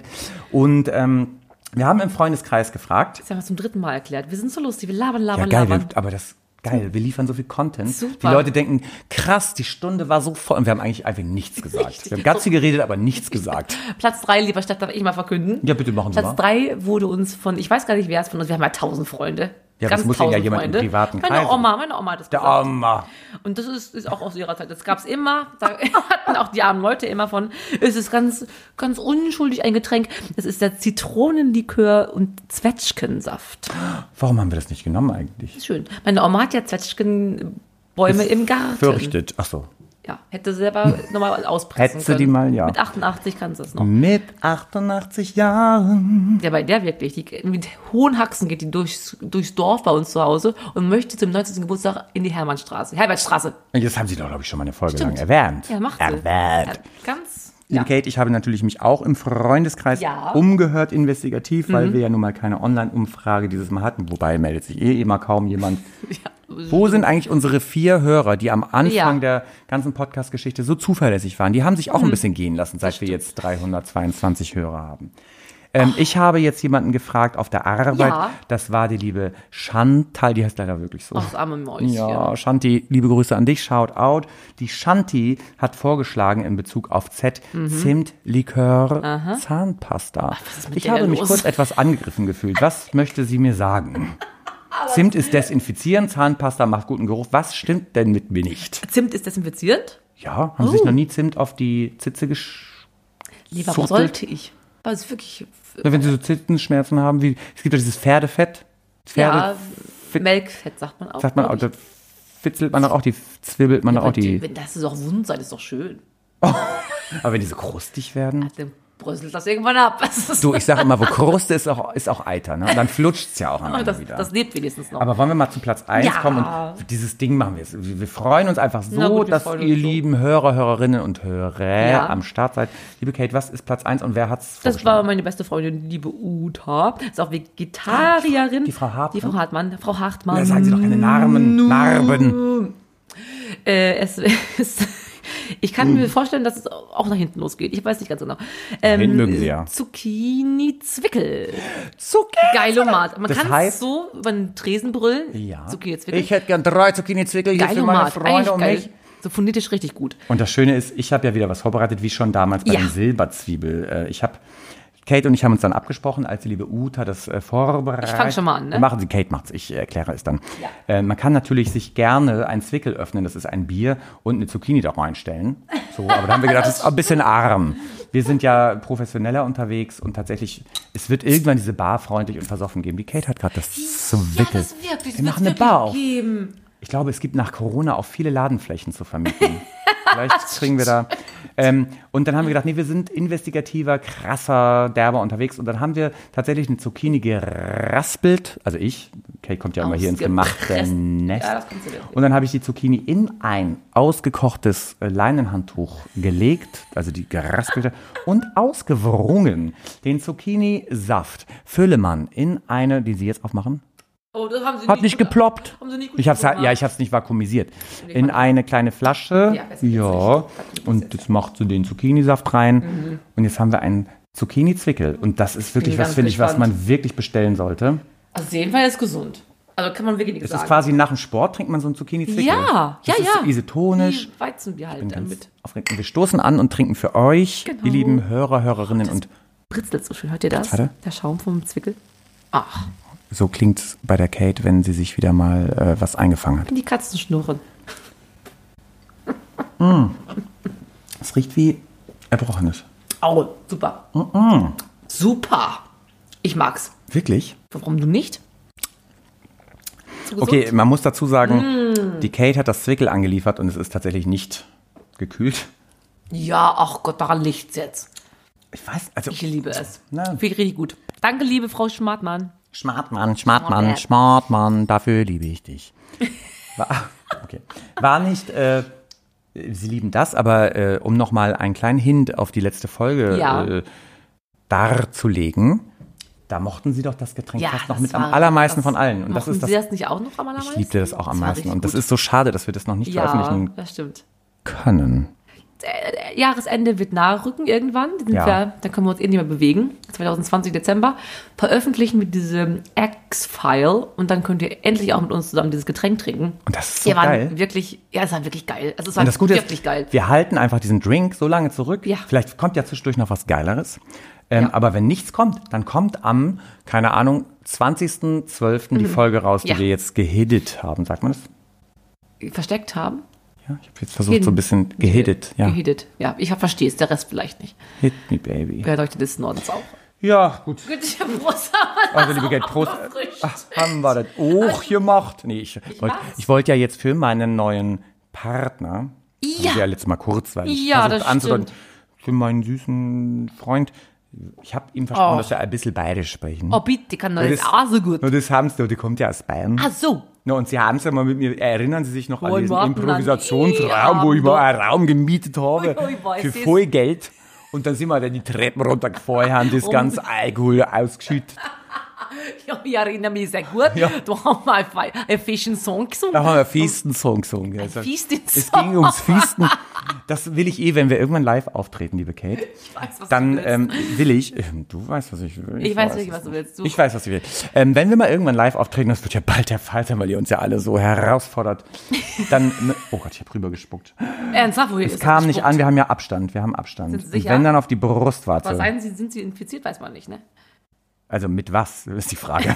A: Und ähm, Wir haben im Freundeskreis gefragt.
B: Das haben wir zum dritten Mal erklärt. Wir sind so lustig, wir labern,
A: Ja,
B: labern,
A: geil, wir,
B: labern.
A: aber das geil. Wir liefern so viel Content. Die
B: Super.
A: Leute denken, krass, die Stunde war so voll. Und wir haben eigentlich einfach nichts gesagt. Wir haben ganz viel geredet, aber nichts gesagt.
B: Platz 3, lieber Stadt, darf ich mal verkünden?
A: Ja, bitte machen Sie
B: Platz
A: mal.
B: 3 wurde uns von, ich weiß gar nicht, wer es von uns, wir haben ja tausend Freunde.
A: Ja, das muss Ihnen ja
B: tausend
A: jemand im privaten
B: Meine
A: Kreis-
B: Oma, meine Oma hat das
A: Der
B: gesagt.
A: Armer.
B: Und das ist, ist auch aus ihrer Zeit. Das gab es immer. Da hatten auch die armen Leute immer von. Es ist ganz, ganz unschuldig ein Getränk. Es ist der Zitronenlikör und Zwetschgensaft.
A: Warum haben wir das nicht genommen eigentlich?
B: Ist schön. Meine Oma hat ja Zwetschgenbäume im Garten.
A: Fürchtet. Ach so.
B: Ja, hätte selber nochmal auspressen
A: Hätte sie
B: können.
A: die mal, ja. Mhm.
B: Mit 88 kannst du das noch.
A: Mit 88 Jahren.
B: Ja, bei der wirklich. Die, mit hohen Haxen geht die durchs, durchs Dorf bei uns zu Hause und möchte zum 19. Geburtstag in die Hermannstraße. Herbertstraße.
A: Das haben Sie doch, glaube ich, schon mal eine Folge lang
B: Stimmt.
A: erwähnt.
B: Ja, macht sie. Ja,
A: Erwähnt.
B: ganz.
A: Liebe
B: Ja.
A: Kate, ich habe natürlich mich auch im Freundeskreis
B: Ja. Mhm.
A: umgehört, investigativ, weil wir ja nun mal keine Online-Umfrage dieses Mal hatten. Wobei meldet sich eh immer kaum jemand. Wo sind eigentlich unsere vier Hörer, die am Anfang
B: Mhm. Ja. Mhm.
A: der ganzen Podcast-Geschichte so zuverlässig waren? Die haben sich auch ein bisschen gehen lassen, seit wir jetzt 322 Hörer haben. Ähm, ich habe jetzt jemanden gefragt auf der Arbeit.
B: Ja.
A: Das war die liebe Chantal, die heißt leider wirklich so.
B: Ach, das arme Mäuschen.
A: Ja, Shanti, liebe Grüße an dich, shout out. Die Shanti hat vorgeschlagen in Bezug auf Z
B: Mhm.
A: Zimt, Likör, Zahnpasta.
B: mit
A: ich
B: der
A: habe
B: denn
A: mich
B: los?
A: kurz etwas angegriffen gefühlt. Was möchte sie mir sagen? Zimt ist desinfizieren, Zahnpasta macht guten Geruch. Was stimmt denn mit mir nicht?
B: Zimt ist desinfizierend.
A: Ja, haben Sie sich noch nie Zimt auf die Zitze gesch...
B: Oh. Lieber,
A: Zuckelt.
B: warum sollte ich? Weil es wirklich äh,
A: Wenn Sie so Zitzenschmerzen haben, wie es gibt doch dieses Pferdefett. Pferde,
B: ja, Melkfett sagt man auch.
A: sagt man,
B: glaub
A: auch,
B: ich.
A: da fitzelt man doch auch, die zwirbelt man doch auch
B: Aber die-
A: die.
B: Wenn das ist doch wund sein, ist doch schön.
A: Aber wenn die so krustig werden.
B: Dann bröselt das irgendwann ab. Das, ist,
A: Du, ich sage immer, wo Kruste ist, auch, ist auch Eiter. Ne? Und dann flutscht es ja auch am Ende
B: Oh, das,
A: wieder.
B: das lebt wenigstens noch.
A: aber wollen wir mal zu Platz 1
B: Ja.
A: kommen und dieses Ding machen wir jetzt. Wir wir freuen uns einfach
B: Na
A: so,
B: gut, wir
A: dass
B: freuen
A: ihr
B: uns so.
A: lieben Hörer, Hörerinnen und Hörer
B: Ja.
A: am Start seid. Liebe Kate, was ist Platz 1 und wer hat's
B: das war meine beste Freundin, die liebe Uta. Ist auch Vegetarierin.
A: Die Frau Hartmann?
B: Die Frau Hartmann. Frau Hartmann.
A: Da sagen Sie doch keine Narben. Narben.
B: Äh, es, es, ich kann
A: Mhm.
B: mir vorstellen, dass es auch nach hinten losgeht. Ich weiß nicht ganz genau. Ähm,
A: hinten mögen sie ja.
B: Zucchini-Zwickel.
A: Zucchini.
B: Geilomat. Man
A: Das
B: kann
A: heißt-
B: so über den Tresen brüllen.
A: Ja.
B: Zucchini-Zwickel.
A: Ich hätte gern drei Zucchini-Zwickel hier für meine
B: Geilomat. Eigentlich
A: Freunde und
B: geil.
A: mich.
B: So phonetisch richtig gut.
A: Und das Schöne ist, ich habe ja wieder was vorbereitet, wie schon damals bei
B: Ja.
A: den Silberzwiebel. Äh, Ich habe Kate und ich haben uns dann abgesprochen, als die liebe Uta das äh, vorbereitet.
B: Ich fang schon mal an, ne?
A: Machen Sie, Kate macht's, ich äh, erkläre es dann.
B: Ja.
A: Äh, man kann natürlich sich gerne einen Zwickel öffnen, das ist ein Bier, und eine Zucchini da reinstellen. So, aber da haben wir gedacht, das ist ein bisschen arm. Wir sind ja professioneller unterwegs und tatsächlich, es wird irgendwann diese Bar freundlich und versoffen geben. Die Kate hat gerade das Zwickel.
B: wirklich.
A: wir machen eine Bar auf.
B: geben.
A: Ich glaube, es gibt nach Corona auch viele Ladenflächen zu vermieten. Vielleicht kriegen wir da. Ähm, und dann haben wir gedacht, nee, wir sind investigativer, krasser, derber unterwegs. Und dann haben wir tatsächlich eine Zucchini geraspelt. Also ich, Kate kommt ja immer hier ins gemachte
B: Ausgepresst.
A: Nest.
B: Ja, das kannst du dir.
A: Und dann habe ich die Zucchini in ein ausgekochtes äh, Leinenhandtuch gelegt, also die geraspelte, und ausgewrungen. Den Zucchini-Saft fülle man in eine, die Sie jetzt aufmachen,
B: Oh, das haben sie
A: hat nicht
B: gut-
A: geploppt.
B: Haben sie nicht gut
A: Ich hab's halt, ja,
B: gemacht.
A: ich hab's nicht vakuumisiert. In eine kleine Flasche.
B: Ja, besser
A: Ja.
B: geht's nicht. Mhm.
A: Und jetzt machst du den Zucchini-Saft rein. Und jetzt haben wir einen Zucchini-Zwickel. Und das ist wirklich
B: bin
A: was,
B: ganz
A: finde ich, was
B: gespannt.
A: man wirklich bestellen sollte.
B: Also, auf jeden Fall ist gesund. Also, kann man wirklich nichts
A: Es
B: sagen.
A: ist quasi nach dem Sport trinkt man so einen Zucchini-Zwickel.
B: Ja,
A: das
B: ja,
A: ist
B: ja.
A: so isotonisch.
B: Wie Weizenbier halt
A: Ganz
B: damit.
A: aufregend. Und wir stoßen an und trinken für euch,
B: Genau.
A: die lieben Hörer, Hörerinnen. Und
B: Britzelt so schön. Hört ihr das?
A: Warte.
B: Der Schaum vom Zwickel. Ach,
A: so klingt's bei der Kate, wenn sie sich wieder mal äh, was eingefangen hat.
B: die Katzen schnurren.
A: Es riecht wie Erbrochenes.
B: Au, super. Super. Ich mag's.
A: Wirklich?
B: Warum du nicht? So gesund?
A: Okay, man muss dazu sagen,
B: Mm.
A: die Kate hat das Zwickel angeliefert und es ist tatsächlich nicht gekühlt.
B: Ja, ach Gott, daran liegt's jetzt.
A: Ich weiß, also
B: Ich liebe es.
A: Na.
B: Finde ich richtig gut. Danke, liebe Frau Schmartmann.
A: Schmartmann, Schmartmann, Schmartmann, dafür liebe ich dich. War, okay. War nicht, äh, Sie lieben das, aber äh, um nochmal einen kleinen Hint auf die letzte Folge
B: Ja.
A: äh, darzulegen, da mochten Sie doch das Getränk
B: Ja,
A: fast noch
B: das
A: mit am
B: war-
A: allermeisten von
B: das-
A: allen. Und das
B: Machen
A: ist das,
B: Sie das nicht auch noch am allermeisten?
A: ich liebte das auch am
B: war
A: meisten.
B: richtig
A: Und das
B: gut.
A: ist so schade, dass wir das noch nicht
B: ja,
A: veröffentlichen
B: das stimmt.
A: können.
B: äh, Jahresende wird nahe rücken irgendwann. Da Sind
A: Ja.
B: wir, da können wir uns eh nicht mehr bewegen. 2020 Dezember. Veröffentlichen wir diese X-File und dann könnt ihr endlich auch mit uns zusammen dieses Getränk trinken.
A: Und das ist so
B: wir waren
A: geil.
B: wirklich, ja, es war wirklich geil. Also es war
A: Und das Gute
B: wirklich
A: ist,
B: geil.
A: wir halten einfach diesen Drink so lange zurück.
B: Ja.
A: Vielleicht kommt ja zwischendurch noch was Geileres. Ähm,
B: Ja.
A: Aber wenn nichts kommt, dann kommt am, keine Ahnung, 20.12. die Folge raus, die
B: Mhm. Ja.
A: wir jetzt gehiddet haben. Sagt man das?
B: Versteckt haben.
A: Ja, ich habe jetzt versucht, so ein bisschen gehiddet. Ja.
B: Gehittet. Ja, ich verstehe es, der Rest vielleicht nicht.
A: Hit me, baby.
B: Wer leuchtet des Nordens auch.
A: Ja, gut.
B: Göttlicher Brust haben
A: Also, liebe Geld, Prost. Ach, haben wir das
B: Äh,
A: auch gemacht? Nee, ich, wollte
B: weiß.
A: ich wollte ja jetzt für meinen neuen Partner,
B: Ja.
A: der letztes Mal kurz war, ich
B: Ja,
A: versuch's
B: das
A: anzudeuten, für meinen süßen Freund, ich habe ihm versprochen,
B: Och.
A: dass wir ein bisschen beide sprechen.
B: Oh, bitte, kann das,
A: Das-
B: auch so gut. Ah.
A: Nur das haben's, die kommt ja aus Bayern.
B: Ach so.
A: Na, und Sie haben's ja mal mit mir, erinnern Sie sich noch
B: Oi,
A: an diesen
B: warten dann.
A: Improvisationsraum,
B: Ja,
A: wo ich
B: doch.
A: mal einen Raum gemietet habe
B: Ui, ui, weiß
A: für
B: ich's.
A: voll Geld. Und dann sind wir dann die Treppen runtergefahren, haben
B: Oh
A: das ganze Alkohol ausgeschüttet.
B: Ja, ich erinnere mich sehr gut.
A: Ja.
B: Da haben wir einen ein fischen Song gesungen.
A: Da haben wir Festen-Song gesungen. gell? Also,
B: Ein Festen-Song.
A: Es ging ums Festen. Das will ich eh, wenn wir irgendwann live auftreten, liebe Kate.
B: Ich weiß, was
A: Dann
B: du willst.
A: ähm, will ich, ähm, du weißt, was ich will.
B: Ich weiß
A: es
B: wirklich, was du
A: nicht.
B: willst. Du-
A: Ich weiß, was ich will. Ähm, wenn wir mal irgendwann live auftreten, das wird ja bald der Fall sein, weil ihr uns ja alle so herausfordert, dann, oh Gott, ich habe rübergespuckt.
B: Ernsthaft, wohin
A: Es kam nicht an, wir haben ja Abstand, wir haben Abstand.
B: Sind Sie
A: Und
B: sicher?
A: wenn dann auf die
B: Was
A: Brustwarze.
B: seien sie, sind sie infiziert, weiß man
A: Hm.
B: nicht, ne?
A: Also mit was, ist die Frage.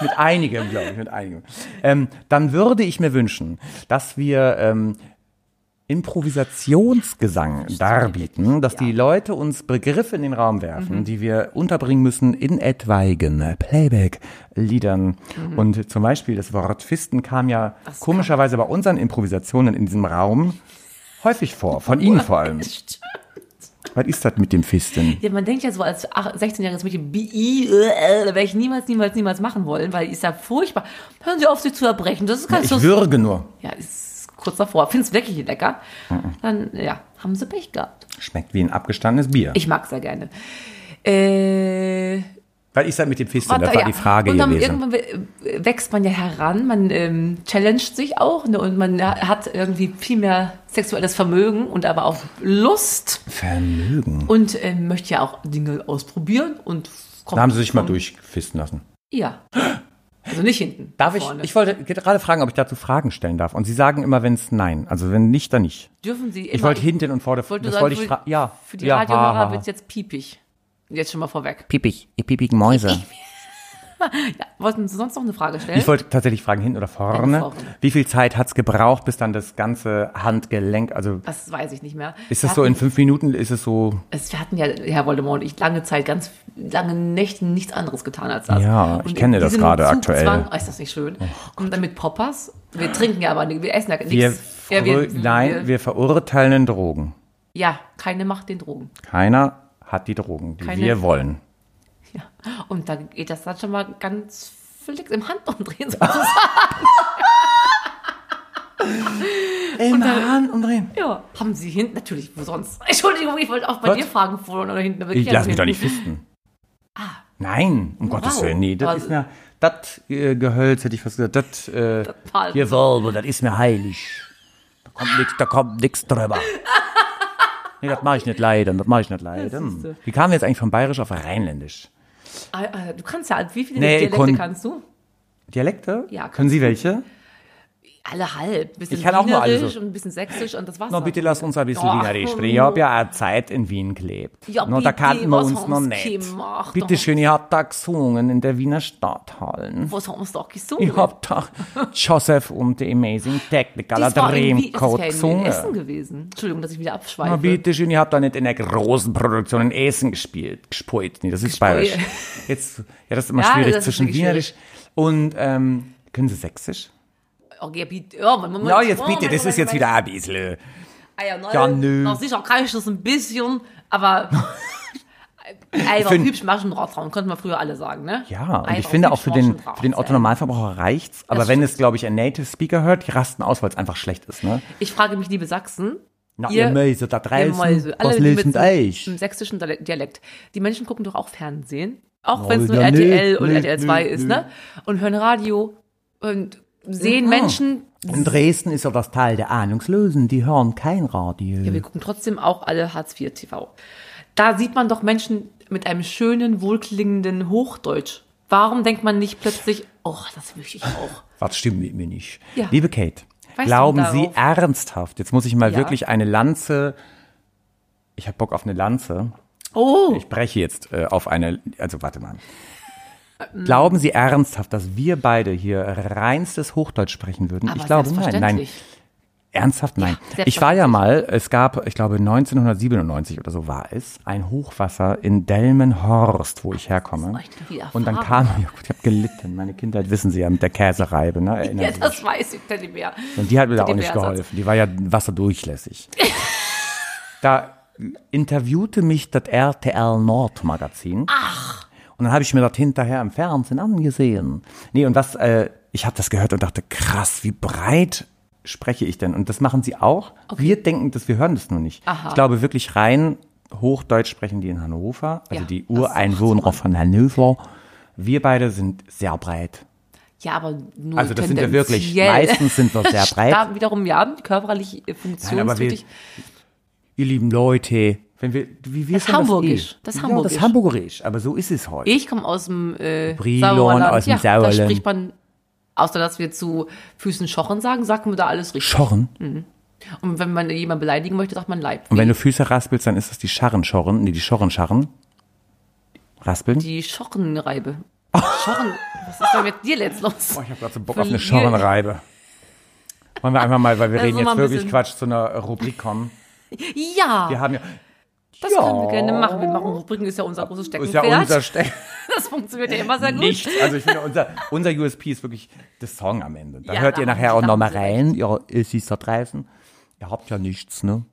A: mit einigem, glaube ich, mit einigem. Ähm, dann würde ich mir wünschen, dass wir ähm, Improvisationsgesang darbieten, dass die Leute uns Begriffe in den Raum
B: Mhm.
A: werfen, die wir unterbringen müssen in etwaigen Playback-Liedern.
B: Mhm.
A: Und zum Beispiel das Wort Fisten kam ja komischerweise bei unseren Improvisationen in diesem Raum häufig vor, von Ihnen vor allem. Was ist das mit dem Fisten?
B: Ja, man denkt ja so als ach- 16-jähriges Mädchen, BI, äh, äh, werde ich niemals, niemals, niemals machen wollen, weil ist ja furchtbar. Hören Sie auf, sie zu erbrechen. Das ist kein
A: Ich
B: Schuss.
A: würge nur.
B: Ja, ist kurz davor. Find's wirklich lecker.
A: Mhm.
B: Dann, ja, haben sie Pech gehabt.
A: Schmeckt wie ein abgestandenes Bier.
B: Ich mag's sehr gerne. Äh,
A: Weil ich sag mit dem Fistel,
B: Warte,
A: das war
B: ja.
A: die Frage
B: und dann
A: gewesen.
B: irgendwann we- wächst man ja heran, man ähm, challenged sich auch ne, und man ha- hat irgendwie viel mehr sexuelles Vermögen und aber auch Lust
A: Vermögen.
B: und ähm, möchte ja auch Dinge ausprobieren und kommt.
A: Da haben sie sich mal
B: kommt-
A: durchfisten lassen.
B: Ja. Also nicht hinten.
A: Darf ich,
B: vorne.
A: ich wollte gerade fragen, ob ich dazu Fragen stellen darf. Und sie sagen immer, wenn es nein. Also wenn nicht, dann nicht.
B: Dürfen Sie.
A: Ich
B: immer-
A: wollte hinten und vorne.
B: Wollte
A: das
B: sagen,
A: wollte ich
B: für-
A: fragen. Ja.
B: Für die
A: ja,
B: Radiohörer
A: ha,
B: wird's
A: ha.
B: jetzt piepig. Jetzt schon mal vorweg.
A: Piepig, ihr piepigen Mäuse.
B: Wollten Sie sonst noch eine Frage stellen?
A: Ich wollte tatsächlich fragen, hinten oder vorne.
B: vorne.
A: Wie viel Zeit hat's gebraucht, bis dann das ganze Handgelenk, also
B: das weiß ich nicht mehr.
A: ist
B: Wir
A: es so in
B: hatten-
A: fünf Minuten, ist es so,
B: Es, wir hatten ja, Herr Voldemort und ich, lange Zeit, ganz lange Nächte nichts anderes getan als das.
A: Ja,
B: und
A: ich kenne
B: in
A: das
B: diesem
A: gerade
B: Zugzwang-
A: aktuell.
B: Oh, ist das nicht schön? und dann mit Poppers. Wir trinken ja aber nicht, wir essen ja nichts.
A: wir,
B: ja,
A: frö- nein, wir verurteilen Drogen.
B: ja, keine macht den Drogen.
A: Keiner hat die Drogen, die
B: Keine-
A: wir wollen.
B: Ja. Und dann geht das dann schon mal ganz flix im Handumdrehen.
A: Im Hahn umdrehen.
B: ja. Haben Sie hinten, natürlich, wo sonst? Entschuldigung, ich wollte auch bei
A: Was?
B: dir fragen, vorne oder hinten. aber
A: Ich
B: klar,
A: lass mich
B: hinten.
A: doch nicht fisten. Nein, um Gottes Willen, nee, das
B: Ah. Also-
A: ist mir, das äh, Gehölz, hätte ich fast gesagt, das, äh,
B: Palm.
A: hier Gewölbe, das ist mir heilig. Da kommt nix, da kommt nix drüber. Nee, das mache ich nicht leiden, das mache ich nicht leiden.
B: siehste.
A: Wie kamen wir jetzt eigentlich von Bayerisch auf Rheinländisch?
B: Ah, ah, Du kannst ja, wie viele
A: Nee,
B: Dialekte
A: kon-
B: kannst du?
A: Dialekte?
B: Ja, kannst
A: Können Sie welche?
B: Alle halb. Bisschen
A: Ich kann auch nur alle
B: Wienerisch
A: so.
B: und ein bisschen sächsisch und das war's.
A: Na,
B: dann.
A: bitte lass uns ein bisschen
B: Ach,
A: Wienerisch sprechen. Ich habe ja auch Zeit in Wien gelebt.
B: Ja,
A: Na, da
B: bitte,
A: kannten wir
B: was
A: uns
B: haben
A: noch
B: Sie
A: nicht.
B: gemacht?
A: Bitte schön, ich hab da gesungen in der Wiener ne? Stadthallen.
B: Was haben sie da gesungen?
A: Ich hab da Joseph und die Amazing Technicolor
B: das war in Wien- das
A: Dreamcode
B: ist ja in Essen
A: gesungen.
B: gewesen. Entschuldigung, dass ich wieder
A: Na
B: abschweife.
A: bitte schön, ich hab da nicht in der großen Produktion in Essen gespielt. Gespielt. Nee, das ist
B: Gespielt.
A: bayerisch. Jetzt, ja, das ist immer
B: Ja,
A: schwierig
B: das ist
A: zwischen
B: wirklich
A: Wienerisch und, ähm, können Sie sächsisch?
B: okay, Oh, bitte. Ja, Moment, Moment,
A: Na, jetzt bitte,
B: Moment,
A: das ist jetzt
B: Moment,
A: wieder ein bisschen. äh,
B: Ah, ja, nö.
A: Ja, nö.
B: Na, sicher kann ich das ein bisschen, aber. Einfach
A: find-
B: hübsch machen, Rotraum, konnten wir früher alle sagen, ne?
A: Ja, und ich
B: Einfach
A: finde auch
B: hübsch
A: für den,
B: machen, Rotraum
A: für den
B: sein.
A: Autonomalverbraucher reicht's. Aber wenn
B: stimmt.
A: es, glaube ich, ein Native Speaker hört, die rasten aus, weil es einfach schlecht ist, ne?
B: Ich frage mich, liebe Sachsen,
A: Na,
B: Ihr-
A: ihr Mäuse da draußen,
B: Mäuse,
A: was
B: die
A: lesen
B: mit
A: euch?
B: einem sächsischen Dialekt- Dialekt. Die Menschen gucken doch auch Fernsehen, auch
A: Oh,
B: wenn es nur
A: ja, nö,
B: RTL oder
A: nö,
B: RTL 2
A: nö,
B: ist,
A: nö.
B: ne? Und hören Radio und sehen Menschen.
A: In Dresden ist ja das Teil der Ahnungslosen, die hören kein Radio.
B: Ja, wir gucken trotzdem auch alle Hartz IV TV. Da sieht man doch Menschen mit einem schönen, wohlklingenden Hochdeutsch. Warum denkt man nicht plötzlich, oh, das möchte ich auch?
A: Was stimmt mit mir nicht?
B: Ja.
A: Liebe Kate,
B: Weißt du
A: glauben
B: darauf?
A: Sie ernsthaft, jetzt muss ich mal
B: Ja.
A: wirklich eine Lanze, ich habe Bock auf eine Lanze,
B: Oh,
A: ich breche jetzt äh, auf eine, also warte mal.
B: Ähm.
A: Glauben Sie ernsthaft, dass wir beide hier reinstes Hochdeutsch sprechen würden?
B: aber
A: ich glaube, nein, nein,
B: selbstverständlich.
A: Ernsthaft, nein.
B: selbstverständlich.
A: ich war ja mal, es gab, ich glaube 1997 oder so war es, ein Hochwasser in Delmenhorst, wo ich herkomme.
B: Das ist echt die Erfahrung.
A: Und dann kam, ja gut, ich habe gelitten, meine Kindheit wissen Sie ja, mit der Käsereibe, ne? Erinnern
B: Ja,
A: Sie sich.
B: das weiß ich denn nicht mehr.
A: Und die hat mir da auch nicht
B: DDR-Satz.
A: geholfen, die war ja wasserdurchlässig. da interviewte mich das RTL Nord Magazin. Ach. Und dann habe ich mir das hinterher im Fernsehen angesehen. Nee, und was, äh, ich habe das gehört und dachte, krass, wie breit spreche ich denn? Und das machen sie auch. Wir denken, dass wir hören das nur nicht.
B: Aha.
A: Ich glaube wirklich rein Hochdeutsch sprechen die in Hannover, also
B: Ja,
A: die
B: das-
A: Ureinwohner von Hannover. Wir beide sind sehr breit.
B: Ja, aber nur
A: Also das sind wir
B: tendenziell.
A: wirklich. Meistens sind wir sehr breit.
B: Da wiederum ja, körperlich
A: Nein,
B: äh,
A: aber wir,
B: funktionstüchtig.
A: ihr lieben Leute, wenn wir, wie wir
B: Das
A: schon
B: Hamburgisch,
A: eh.
B: das
A: Ja, das
B: Hamburgisch.
A: Hamburgerisch, aber so ist es heute.
B: Ich komme aus dem äh,
A: Brilon, aus dem
B: ja,
A: Sauerland.
B: Da spricht man, außer dass wir zu Füßen Schochen sagen, sagen wir da alles richtig.
A: Schorren.
B: Und wenn man jemanden beleidigen möchte, sagt man Leib.
A: Und wenn du Füße raspelst, dann ist das die Scharrenschorren, nee, die Schorrenscharren. Raspeln?
B: die Schochenreibe. Schochen, was ist denn mit dir jetzt los?
A: Oh, ich habe gerade so Bock
B: Für
A: auf eine
B: die-
A: Schorrenreibe. Wollen wir einfach mal, weil wir
B: Lass
A: reden
B: uns Also
A: jetzt
B: mal ein
A: wirklich
B: bisschen-
A: Quatsch, zu einer Rubrik kommen.
B: Ja,
A: Wir haben ja,
B: das können wir gerne machen. Wir machen Rubriken, ist ja unser großes
A: ist ja
B: Steckenpferd.
A: unser Steck.
B: das funktioniert ja immer sehr gut.
A: Nichts. Also ich finde, unser, unser USP ist wirklich das Song am Ende. Da
B: Ja,
A: hört ihr
B: da
A: nachher
B: haben
A: auch
B: Sie- da
A: nochmal
B: haben Sie
A: rein. Ihr ihr siehst da draußen. Ihr habt ja nichts, ne?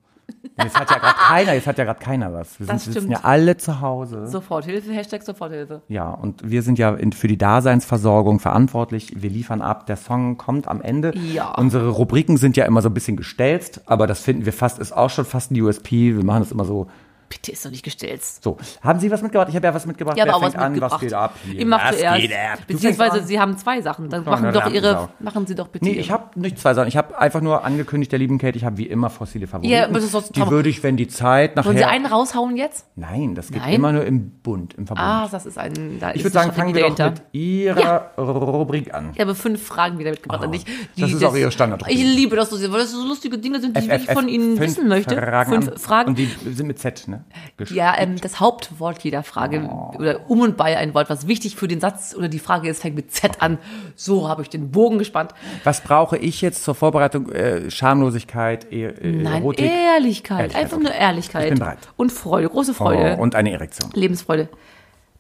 A: Und Jetzt hat ja gerade keiner, jetzt hat ja gerade keiner was. Wir sind,
B: Das
A: sitzen
B: stimmt.
A: ja alle zu Hause.
B: Soforthilfe, Hashtag Soforthilfe.
A: Ja, und wir sind ja in, für die Daseinsversorgung verantwortlich. Wir liefern ab. Der Song kommt am Ende.
B: Ja.
A: Unsere Rubriken sind ja immer so ein bisschen gestelzt, aber das finden wir fast, ist auch schon fast ein USP. Wir machen das immer so.
B: Bitte ist doch nicht gestellt.
A: So, haben Sie was mitgebracht? Ich habe ja was mitgebracht.
B: Ja,
A: Wer
B: aber auch was
A: fängt an?
B: mitgebracht.
A: Was geht ab? hier?
B: Ihr macht
A: was
B: zuerst.
A: geht ab? Du fängst
B: Beziehungsweise
A: an.
B: sie haben zwei Sachen. Dann
A: kleine
B: machen doch ihre.
A: Rampensau.
B: Machen sie doch bitte.
A: Nee,
B: ihre.
A: ich habe nicht zwei Sachen. Ich habe einfach nur angekündigt, der lieben Kate, ich habe wie immer fossile Favoriten.
B: Ja, aber das ist doch-
A: die würde ich, wenn die Zeit nachher...
B: Wollen Sie einen raushauen jetzt?
A: Nein, das geht
B: Nein?
A: immer nur im Bund, im Verbund.
B: Ah, das ist ein. Da
A: ich
B: ist
A: würde
B: eine
A: sagen, fangen
B: Strategie
A: wir doch
B: dahinter.
A: mit Ihrer Rubrik an.
B: Ich habe fünf Fragen wieder mitgebracht an dich.
A: Oh, das ist auch Ihre Standardrubrik.
B: Ich liebe das so sehr, weil das so lustige Dinge sind, die ich wirklich
A: FFF,
B: von Ihnen
A: fünf
B: wissen möchte.
A: Fragen an,
B: fünf Fragen.
A: Und die sind mit Z, ne? Gesch-
B: ja, ähm, das Hauptwort jeder Frage
A: Oh.
B: oder um und bei ein Wort, was wichtig für den Satz oder die Frage ist, fängt mit Z an. So habe ich den Bogen gespannt.
A: Was brauche ich jetzt zur Vorbereitung? Äh, Schamlosigkeit, e äh,
B: Nein, eh,
A: Erotik
B: Ehrlichkeit.
A: Ehrlichkeit,
B: Einfach
A: okay.
B: nur Ehrlichkeit.
A: Ich bin bereit.
B: Und Freude, große
A: oh,
B: Freude.
A: und eine Erektion.
B: Lebensfreude.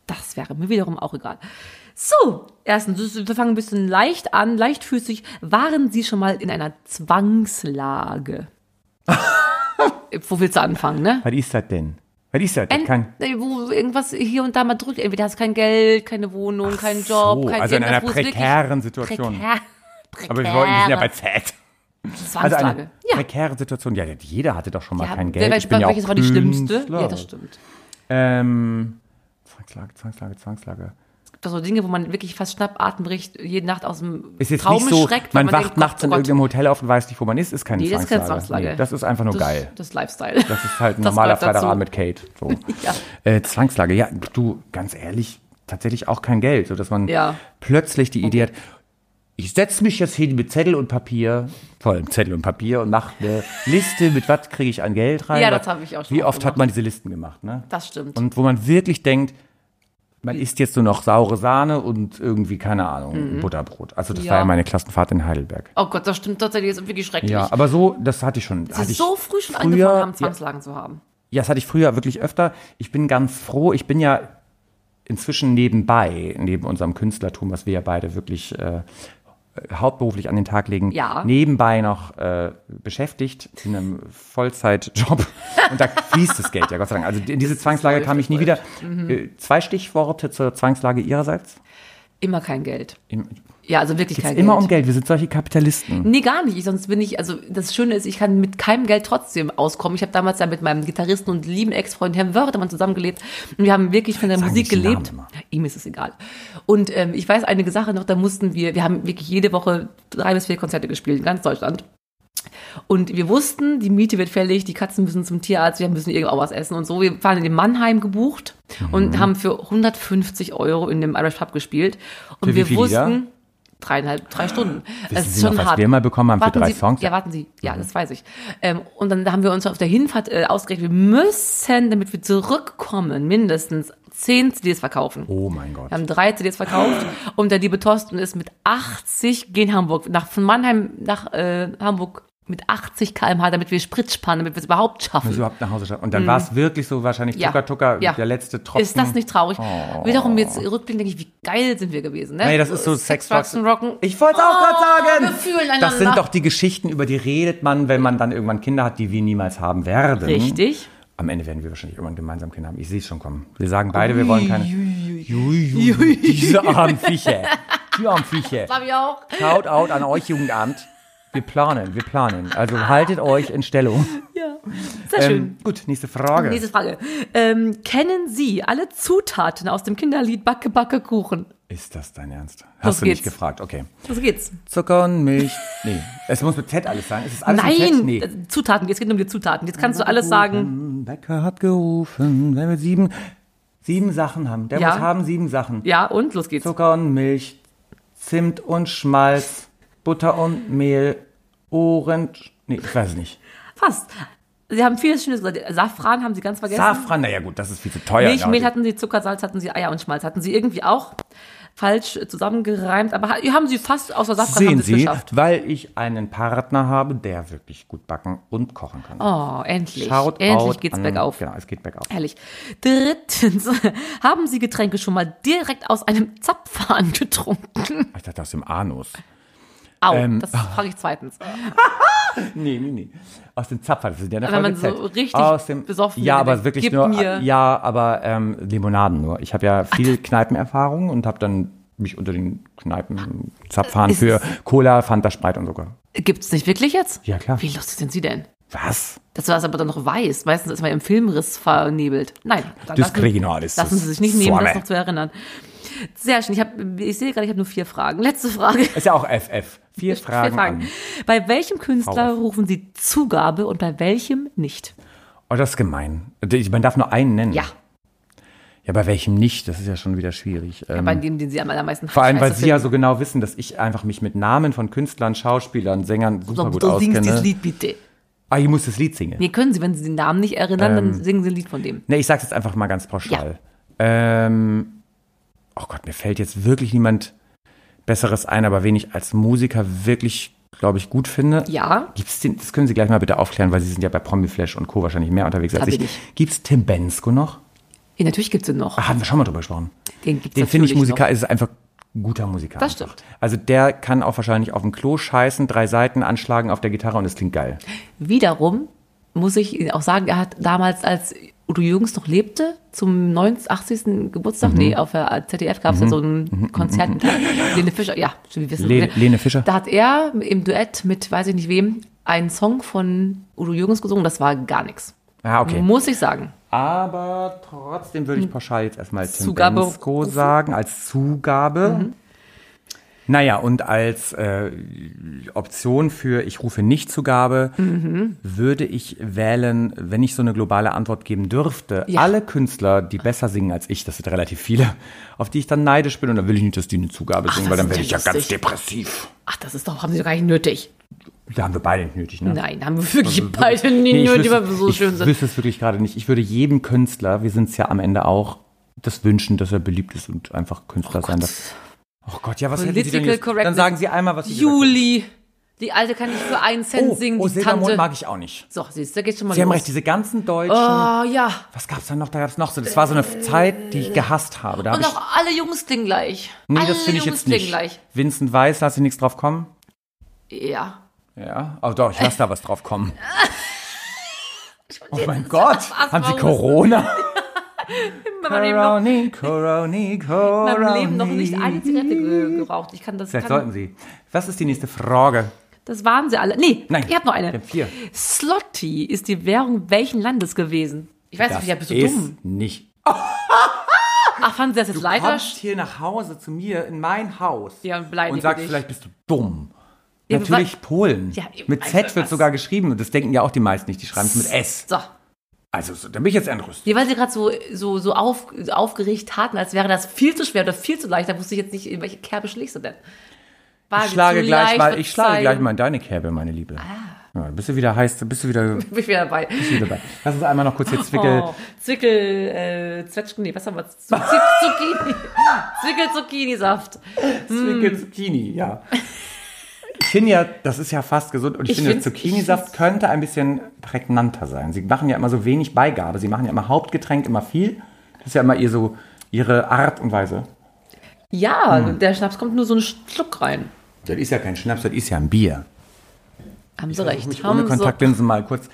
B: Das wäre mir wiederum auch egal. So, erstens, wir fangen ein bisschen leicht an, leichtfüßig. Waren Sie schon mal in einer Zwangslage? Äh, Wo willst du anfangen, ne?
A: Was ist das denn? Was ist das? Das kann...
B: Nee, wo irgendwas hier und da mal drückt. Entweder hast du kein Geld, keine Wohnung, keinen Job,
A: so,
B: kein
A: also in einer
B: irgendwas, wo es wirklich
A: prekären Situation.
B: Prekär, prekär,
A: Aber wir, wollten, wir sind ja bei Z. Also
B: Zwangslage.
A: eine
B: ja.
A: prekäre Situation. Ja, jeder hatte doch schon mal
B: ja,
A: kein
B: wer
A: Geld.
B: weiß,
A: ich bin ja
B: welches
A: auch
B: war die schlimmste?
A: Künstler.
B: Ja, das stimmt.
A: Ähm, Zwangslage, Zwangslage, Zwangslage.
B: Das sind so Dinge, wo man wirklich fast Schnappatmenrecht jede Nacht aus dem
A: Ist jetzt
B: Traum
A: nicht so,
B: schreckt. weil
A: man, wacht
B: denkt,
A: nachts
B: oh
A: in
B: Gott.
A: irgendeinem Hotel auf und weiß nicht, wo man ist, ist keine
B: Nee, das ist
A: Zwangslage.
B: keine Zwangslage.
A: Nee, das ist einfach nur
B: das,
A: geil.
B: Das ist Lifestyle.
A: Das ist halt ein
B: Das
A: normaler
B: gehört dazu.
A: Freitagabend mit Kate. So.
B: Ja.
A: äh, Zwangslage, ja, du, ganz ehrlich, tatsächlich auch kein Geld, sodass man
B: Ja.
A: plötzlich die Idee hat, ich setze mich jetzt hin mit Zettel und Papier, vor allem Zettel und Papier und mache eine Liste, mit was kriege ich an Geld rein.
B: Ja, das habe ich auch schon
A: Wie
B: mal
A: oft hat man diese Listen gemacht, ne?
B: Das stimmt.
A: Und wo man wirklich denkt, man isst jetzt nur noch saure Sahne und irgendwie, keine Ahnung, Butterbrot. Also das
B: Mhm. Ja.
A: war ja meine Klassenfahrt in Heidelberg.
B: oh Gott, das stimmt tatsächlich. Das ist wirklich schrecklich.
A: Ja, aber so, das hatte ich schon.
B: Sie
A: hatte ich
B: so früh schon
A: früher-
B: angefangen haben,
A: ja,
B: Zwangslagen zu haben.
A: ja, das hatte ich früher wirklich öfter. Ich bin ganz froh. Ich bin ja inzwischen nebenbei, neben unserem Künstlertum, was wir ja beide wirklich äh, hauptberuflich an den Tag legen,
B: Ja.
A: nebenbei noch äh, beschäftigt in einem Vollzeitjob. Und da fließt das Geld ja, Gott sei Dank. Also in diese Zwangslage
B: läuft,
A: kam ich
B: das
A: nie wieder.
B: läuft.
A: Äh, Zwei Stichworte zur Zwangslage Ihrerseits.
B: Immer kein Geld.
A: Im,
B: Ja, also wirklich
A: geht's
B: kein
A: immer
B: Geld.
A: um Geld. Wir sind solche Kapitalisten.
B: Nee, gar nicht. Ich, sonst bin ich, also das Schöne ist, ich kann mit keinem Geld trotzdem auskommen. Ich habe damals ja mit meinem Gitarristen und lieben Ex-Freund Herrn Wörtermann zusammengelebt und wir haben wirklich von der
A: Sag nicht
B: Musik
A: den
B: gelebt.
A: Namen
B: Ihm ist es egal. Und ähm, ich weiß eine Sache noch, da mussten wir, wir haben wirklich jede Woche drei bis vier Konzerte gespielt in ganz Deutschland. Und wir wussten, die Miete wird fällig, die Katzen müssen zum Tierarzt, wir müssen irgendwo was essen und so. Wir waren in Mannheim gebucht
A: Mhm.
B: und haben für 150 Euro in dem Irish Pub gespielt. Und
A: Für wie
B: wir
A: viele
B: wussten,
A: Lieder?
B: dreieinhalb, drei Stunden.
A: Wissen Sie noch, was wir mal bekommen haben für
B: warten
A: drei
B: Sie,
A: Songs? Mhm.
B: Ja, warten Sie. Ja, das weiß ich. Ähm, und dann haben wir uns auf der Hinfahrt äh, ausgerechnet, wir müssen, damit wir zurückkommen, mindestens zehn CDs verkaufen.
A: Oh mein Gott.
B: Wir haben drei CDs verkauft und der liebe Thorsten ist mit 80 gehen Hamburg, nach, von Mannheim nach äh, Hamburg mit 80 km/h, damit wir Sprit sparen, damit wir es überhaupt schaffen.
A: Dass überhaupt nach Hause schaffen. Und dann war es wirklich so wahrscheinlich
B: Mhm. Ja.
A: Tucker Tucker,
B: Ja.
A: Also der letzte Tropfen. Oh.
B: Ist das nicht traurig? Wiederum jetzt rückblickend denke ich, wie geil sind wir gewesen, ne?
A: Nee, das ist so Äh, Sex,
B: Drugs und Rocken.
A: Ich wollte es auch gerade sagen.
B: Oh, wir fühlen einander.
A: das sind doch die Geschichten, über die redet man, wenn man dann irgendwann Kinder hat, die wir niemals haben werden.
B: Richtig.
A: Am Ende werden wir wahrscheinlich irgendwann gemeinsam Kinder haben. Ich sehe es schon kommen. Wir sagen beide, wir wollen keine. Ui, ui, ui. Diese armen Viecher. Die armen Viecher.
B: Hab ich auch.
A: Shout out an euch, Jugendamt. Wir planen, wir planen. Also haltet euch in Stellung.
B: Ja. Sehr schön.
A: Ähm, gut, nächste Frage.
B: Nächste Frage. Ähm, kennen Sie alle Zutaten aus dem Kinderlied Backe, Backe, Kuchen?
A: Ist das dein Ernst? Hast
B: Los
A: du nicht
B: geht's.
A: gefragt, okay.
B: So geht's.
A: Zucker und Milch. Nee. Es muss mit Z alles sein. Es ist alles mit Z.
B: Nein,
A: Nee.
B: äh, Zutaten. Jetzt geht um die Zutaten. Jetzt kannst du alles sagen.
A: Bäcker hat gerufen, wenn wir sieben, sieben Sachen haben. Der
B: Ja.
A: muss haben sieben Sachen.
B: Ja, und los geht's.
A: Zucker und Milch, Zimt und Schmalz, Butter und Mehl, Orange. Nee, ich weiß es nicht.
B: Fast. Sie haben vieles Schönes gesagt. Safran haben Sie ganz vergessen.
A: Safran, naja gut, das ist viel zu teuer.
B: Milch, Mehl
A: glaube
B: hatten Sie, Zucker, Salz hatten Sie, Eier und Schmalz hatten Sie irgendwie auch. Falsch äh, zusammengereimt, aber ha- haben Sie fast außer
A: ich.
B: Safran haben
A: Sehen
B: Sie es
A: Sie,
B: geschafft.
A: weil ich einen Partner habe, der wirklich gut backen und kochen kann.
B: Oh, endlich.
A: Shout
B: endlich
A: out
B: geht's
A: an-
B: bergauf.
A: Genau, es geht bergauf.
B: Herrlich. Drittens, haben Sie Getränke schon mal direkt aus einem Zapfhahn getrunken?
A: Ich dachte, aus dem Anus.
B: Au,
A: Ähm,
B: das frage ich zweitens.
A: Nee, nee, nee. Aus dem Zapfer, das ist ja der
B: Wenn man
A: Folge Z.
B: so richtig
A: Aus dem,
B: besoffen
A: Ja,
B: ist,
A: aber
B: dann
A: wirklich
B: gib
A: nur,
B: mir-
A: ja, aber ähm, Limonaden nur. Ich habe ja viel Kneipenerfahrung und habe dann mich unter den Kneipen Zapfhahn
B: Ist
A: für Cola, Fanta, Sprite und sogar.
B: Gibt's nicht wirklich jetzt?
A: Ja, klar.
B: Wie lustig sind Sie denn?
A: Was?
B: Das war es aber dann noch weiß. Meistens ist man im Filmriss vernebelt. Nein.
A: Das
B: dann lassen-
A: krieg ich noch alles.
B: Lassen Sie sich nicht nehmen,
A: Schwamme.
B: das noch zu erinnern. Sehr schön. Ich, hab, ich sehe gerade, ich habe nur vier Fragen. Letzte Frage.
A: Ist ja auch FF. Vier Fragen. An.
B: Bei welchem Künstler
A: Frau.
B: rufen Sie Zugabe und bei welchem nicht?
A: Oh, das ist gemein. Man darf nur einen nennen.
B: Ja,
A: Ja, bei welchem nicht? Das ist ja schon wieder schwierig. Ähm,
B: bei dem, den Sie am allermeisten
A: Vor allem, weil
B: scheiße
A: Sie ja
B: finden.
A: so genau wissen, dass ich einfach mich mit Namen von Künstlern, Schauspielern, Sängern super gut ne?
B: so, so singst das
A: auskenne.
B: Lied bitte.
A: Ah, ich muss das Lied singen.
B: Nee, können Sie, wenn Sie den Namen nicht erinnern,
A: Ähm.
B: dann singen Sie ein Lied von dem.
A: Ne, ich sag's jetzt einfach mal ganz pauschal. Ähm, oh Gott, mir fällt jetzt wirklich niemand Besseres ein, aber wen ich als Musiker wirklich, glaube ich, gut finde.
B: Ja.
A: Gibt's den, das können Sie gleich mal bitte aufklären, weil Sie sind ja bei Promiflash und Co. wahrscheinlich mehr unterwegs als
B: Hab
A: ich.
B: ich nicht.
A: Gibt's Tim Bensko noch?
B: Ja, eh, natürlich gibt's ihn noch.
A: Ah, haben wir schon mal drüber gesprochen.
B: Den gibt's
A: Den finde ich
B: natürlich
A: Musiker, ist einfach ein guter Musiker.
B: Das
A: einfach.
B: stimmt.
A: Also der kann auch wahrscheinlich auf dem Klo scheißen, drei Seiten anschlagen auf der Gitarre und es klingt geil.
B: Wiederum muss ich Ihnen auch sagen, er hat damals, als Udo Jürgens noch lebte, zum 90, 80. Geburtstag,
A: Mhm.
B: nee, auf der ZDF gab es ja so ein Konzert mit Lene Fischer, ja, wir wissen
A: Le- Mhm. Lene Fischer.
B: Da hat er im Duett mit, weiß ich nicht wem, einen Song von Udo Jürgens gesungen, das war gar nichts.
A: Ah, okay.
B: Muss ich sagen.
A: Aber trotzdem würde ich pauschal jetzt erstmal Tim
B: Hm. Zugabe
A: Bensko
B: rufen. Mhm.
A: sagen, als Zugabe. Naja, und als äh, Option für ich rufe nicht Zugabe
B: Mhm.
A: würde ich wählen, wenn ich so eine globale Antwort geben dürfte,
B: Ja.
A: alle Künstler, die besser singen als ich, das sind relativ viele, auf die ich dann neidisch bin und dann will ich nicht, dass die eine Zugabe singen,
B: das
A: weil dann
B: ist
A: werde
B: ja
A: ich ja ganz
B: lustig.
A: depressiv.
B: Ach, das ist doch, haben sie doch gar nicht nötig.
A: Da haben wir beide nicht nötig, ne?
B: Nein, haben wir wirklich beide nie nötig, weil wir so
A: ich
B: schön sind.
A: wüsste es wirklich gerade nicht. Ich würde jedem Künstler, wir sind es ja am Ende auch, das wünschen, dass er beliebt ist und einfach Künstler sein darf. Oh Gott, ja, was hätten Sie denn
B: Political
A: jetzt? Dann
B: correctness.
A: sagen Sie einmal, was Sie
B: Juli, die Alte kann ich für einen Cent
A: gesagt haben.
B: singen,
A: Oh, oh
B: die
A: Silbermond
B: Tante.
A: mag ich auch nicht.
B: So, siehst du, da geht's schon mal
A: Sie haben
B: los.
A: recht, diese ganzen Deutschen.
B: oh, ja.
A: Was gab's da noch? Da gab's noch so. Das war so eine Zeit, die ich gehasst habe. Da hab
B: Und
A: ich,
B: auch alle Jungs klingen gleich.
A: nee,
B: alle
A: das finde ich
B: Jungs
A: jetzt nicht.
B: klingen gleich.
A: Vincent Weiss, lass Sie nichts drauf kommen.
B: Ja.
A: Ja, oh doch, ich lasse da was drauf kommen. Oh mein Gott, haben Sie Corona?
B: in meinem Leben
A: Coroni,
B: noch,
A: Coroni,
B: in
A: Coroni.
B: meinem Leben noch nicht eine Zigarette ge geraucht. Ich kann das.
A: Vielleicht
B: Kann,
A: sollten Sie. Was ist die nächste Frage?
B: das waren sie alle. Nee,
A: Nein.
B: ihr habt noch
A: Wir
B: eine.
A: haben vier.
B: Slotty ist die Währung welchen Landes gewesen? Ich weiß nicht, ja, bist du
A: ist
B: dumm?
A: nicht.
B: Ach, fanden sie das jetzt
A: Du
B: leider?
A: kommst hier nach Hause zu mir in mein Haus
B: Ja, und beleidige
A: und sagst,
B: dich.
A: vielleicht bist du dumm.
B: Ja,
A: Natürlich Polen.
B: Ja, eben,
A: mit
B: also
A: Z wird
B: was-
A: sogar geschrieben und das denken ja auch die meisten nicht. Die schreiben es mit S.
B: So.
A: Also, so, da bin ich jetzt entrüstet.
B: Ja, weil sie gerade so, so, so auf, aufgeregt taten, als wäre das viel zu schwer oder viel zu leicht. Da wusste ich jetzt nicht, in welche Kerbe schlägst du denn? War
A: Ich schlage,
B: zu
A: gleich
B: leicht, Ah.
A: mal, ich schlage
B: Verzeihung.
A: gleich mal in deine Kerbe, meine Liebe. Ja, bist du wieder heiß, bist du wieder, bist
B: Bin ich wieder dabei.
A: du wieder dabei. Lass uns einmal noch kurz hier Zwickel.
B: Oh, Zwickel, äh, Zwetschgen, nee, was haben wir? Z Zucchini. Zwickel Zucchini-Saft. Mm.
A: Zwickel Zucchini, ja. Ich finde ja, das ist ja fast gesund und ich,
B: Ich
A: finde,
B: find's-
A: Zucchini-Saft könnte ein bisschen prägnanter sein. Sie machen ja immer so wenig Beigabe. Sie machen ja immer Hauptgetränk immer viel. Das ist ja immer ihr so, ihre Art und Weise.
B: Ja,
A: Hm.
B: der Schnaps kommt nur so einen Schluck rein.
A: Das ist ja kein Schnaps, das ist ja ein Bier.
B: Haben Sie
A: Ich
B: recht.
A: mich ohne
B: Haben Sie.
A: Kontaktlinsen mal kurz.